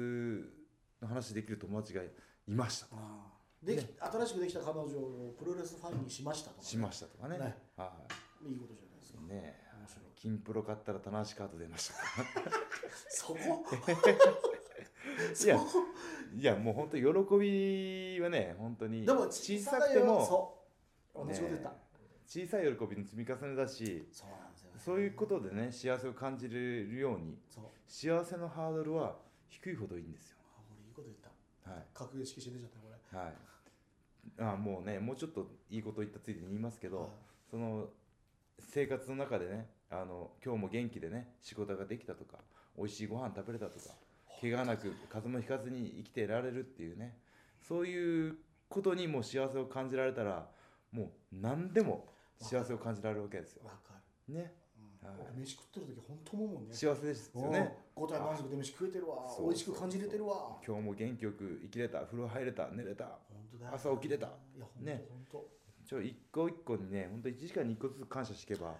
Speaker 1: の話できる友達がいましたと
Speaker 2: ああでき新しくできた彼女をプロレスファンにしましたとか、
Speaker 1: しましたとかね
Speaker 2: ね
Speaker 1: はい
Speaker 2: いことじゃないですか。
Speaker 1: いねえ
Speaker 2: 面白い
Speaker 1: 金プロ買ったら棚橋カード出ましたとか
Speaker 2: そこ
Speaker 1: いや
Speaker 2: そこ
Speaker 1: いやもう本当喜びはね本当に
Speaker 2: でも
Speaker 1: 小さくても
Speaker 2: そう。同じこと言った。
Speaker 1: ね小さい喜びの積み重ねだし
Speaker 2: そうなんですよ、ね。
Speaker 1: そういうことでね幸せを感じれるように
Speaker 2: そう。
Speaker 1: 幸せのハードルは低いほどいいんですよ
Speaker 2: あ俺いいこと言った。
Speaker 1: はい
Speaker 2: 格言式して出ちゃったよこれ。
Speaker 1: はい。あもうね、もうちょっといいこと言ったついでに言いますけど、
Speaker 2: はい
Speaker 1: その生活の中でね、あの今日も元気でね、仕事ができたとか、美味しいご飯食べれたとか、怪我なく風邪もひかずに生きていられるっていうね、そういうことにもう幸せを感じられたら、もう何でも幸せを感じられるわけですよ
Speaker 2: わ。かる。
Speaker 1: ね、
Speaker 2: うん
Speaker 1: はい
Speaker 2: 俺飯食ってる時本当思うもんね。
Speaker 1: 幸せですよね。
Speaker 2: うん。五体満足で飯食えてるわ
Speaker 1: そう。そう
Speaker 2: 美味しく感じれてるわ。
Speaker 1: 今日も元気よく生きれた、風呂入れた、寝れた、
Speaker 2: 本当だよ
Speaker 1: 朝起きれた
Speaker 2: いや本当、
Speaker 1: ね
Speaker 2: 本当
Speaker 1: ちょ一個一個にね、本当1時間に1個ずつ感謝していけば、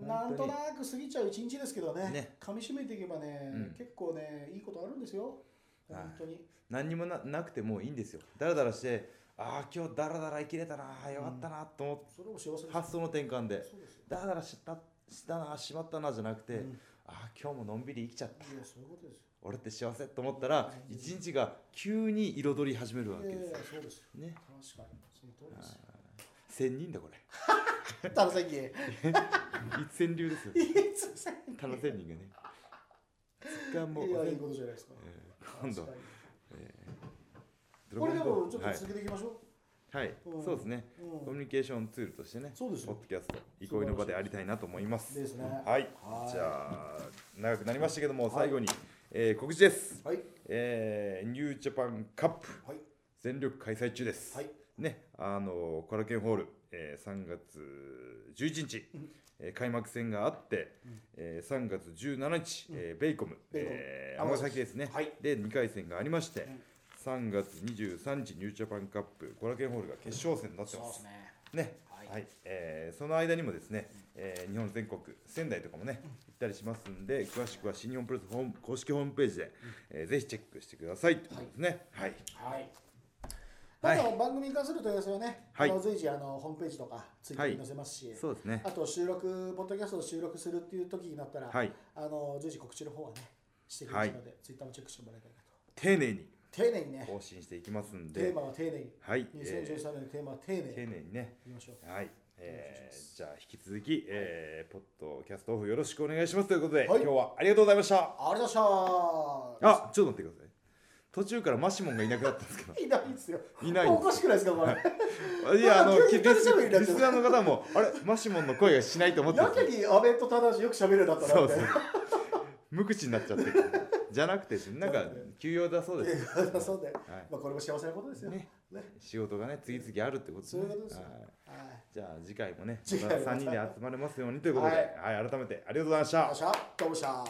Speaker 2: な
Speaker 1: 本当
Speaker 2: んと
Speaker 1: に
Speaker 2: なく過ぎちゃう一日ですけどね
Speaker 1: ね
Speaker 2: 噛み締めていけばね、
Speaker 1: うん
Speaker 2: 結構ねいいことあるんですよ
Speaker 1: はい
Speaker 2: 本当に、
Speaker 1: 何にもななくてもいいんですよだらだらしてああ今日だらだら生きれたなーよかったなと思って、
Speaker 2: それも幸せです
Speaker 1: 発想の転換で
Speaker 2: そうですよ
Speaker 1: だらだらしたしたなーしまったなじゃなくて、
Speaker 2: うん
Speaker 1: ああ今日ものんびり生きちゃった
Speaker 2: いやそういうことですよ
Speaker 1: 俺って幸せと思ったら一日が急に彩り始めるわけ
Speaker 2: いや
Speaker 1: で
Speaker 2: い
Speaker 1: す
Speaker 2: や
Speaker 1: よ
Speaker 2: そうですよ
Speaker 1: ね
Speaker 2: 確かにその通りです
Speaker 1: 千人だこれ
Speaker 2: よたださっきい
Speaker 1: 一千流ですよ
Speaker 2: つさ
Speaker 1: ただ千人がね時間も
Speaker 2: いやいいことじゃないですか
Speaker 1: えー今度
Speaker 2: 確かに
Speaker 1: ド
Speaker 2: こ
Speaker 1: ラ
Speaker 2: れ
Speaker 1: ゴン
Speaker 2: で
Speaker 1: ボー
Speaker 2: も
Speaker 1: ル
Speaker 2: ちょっと続けていきましょ
Speaker 1: はい、はい
Speaker 2: うん
Speaker 1: そうですね
Speaker 2: う、うん
Speaker 1: コミュニケーションツールとしてね
Speaker 2: そうです
Speaker 1: ポ
Speaker 2: よ
Speaker 1: ッドキャスト憩いの場でありたいなと思います
Speaker 2: ですね
Speaker 1: はい、
Speaker 2: はい
Speaker 1: じゃあ長くなりましたけども
Speaker 2: い
Speaker 1: 最後に、えー告知です、
Speaker 2: はい
Speaker 1: えーニュージャパンカップ
Speaker 2: はい
Speaker 1: 全力開催中です、
Speaker 2: はい
Speaker 1: ね、あのカラケンホール、えー3月11日、えー開幕戦があって、えー3月17日、えーベイコム、
Speaker 2: ベイコム
Speaker 1: えー尼崎ですね、
Speaker 2: はい
Speaker 1: で2回戦がありまして、
Speaker 2: ん
Speaker 1: 3月23日ニュージャパンカップコラケンホールが決勝戦になって
Speaker 2: そう
Speaker 1: ま。
Speaker 2: ですすね。
Speaker 1: ね、
Speaker 2: は
Speaker 1: はいい、えーその間にもですね、えー日本全国仙台とかもね行ったりしますんで、詳しくは新日本プロレスホーム公式ホームページで、えーぜひチェックしてくださいってことですね。はい、
Speaker 2: は
Speaker 1: は
Speaker 2: い。
Speaker 1: い
Speaker 2: あと番組に関する問い合わせはね、
Speaker 1: はい
Speaker 2: あの随時あのホームページとかツイッターに載せますし、
Speaker 1: そうですね
Speaker 2: あ。と収録ポッドキャストを収録するっていう時になったら、
Speaker 1: はい
Speaker 2: あの随時告知の方はねしていきますので、ツイッターもチェックしてもらいたいなと。
Speaker 1: 丁寧に
Speaker 2: 丁寧にね、
Speaker 1: 更新していきますん
Speaker 2: テ
Speaker 1: で
Speaker 2: ー、マは丁寧に。
Speaker 1: はい、え
Speaker 2: 2013年のテーマは丁
Speaker 1: ー
Speaker 2: 寧
Speaker 1: 丁
Speaker 2: に。
Speaker 1: 寧にね、
Speaker 2: いきましょう。
Speaker 1: はい。え
Speaker 2: お願いします
Speaker 1: ー、じゃあ引き続き、えー、ポッドキャストオフよろしくお願いしますということで、
Speaker 2: はい
Speaker 1: 今日はありがとうございました。
Speaker 2: ありがとうございま
Speaker 1: あ、ちょっと待ってください。途中からマシモンがいなくなったんですけど。
Speaker 2: した。いないですよ。
Speaker 1: いないんです
Speaker 2: おかしくないですか、これ。
Speaker 1: いや、あの、
Speaker 2: 急
Speaker 1: リ
Speaker 2: に
Speaker 1: ス
Speaker 2: 二人喋りになっちゃう
Speaker 1: リスナーの方も、あれ、マシモンの声がしないと思って
Speaker 2: や
Speaker 1: たん
Speaker 2: け
Speaker 1: です
Speaker 2: に阿部と棚橋よく喋るようになったな
Speaker 1: そ
Speaker 2: み
Speaker 1: う
Speaker 2: た
Speaker 1: そ
Speaker 2: いうな。。
Speaker 1: 無口になっちゃってる。じゃなくてですね、なんか休養だそうです。
Speaker 2: そうで、
Speaker 1: はい
Speaker 2: まあこれも幸せなことですよ。ね
Speaker 1: ね。仕事がね、次々あるってことです
Speaker 2: そうい
Speaker 1: ね
Speaker 2: うことですよ。
Speaker 1: はい
Speaker 2: はい。
Speaker 1: じゃあ次回もね、
Speaker 2: 次回も
Speaker 1: 3人で集まれますようにということで、
Speaker 2: は
Speaker 1: はいい、改めてありがとうございました
Speaker 2: よっ。しゃ、どうもした。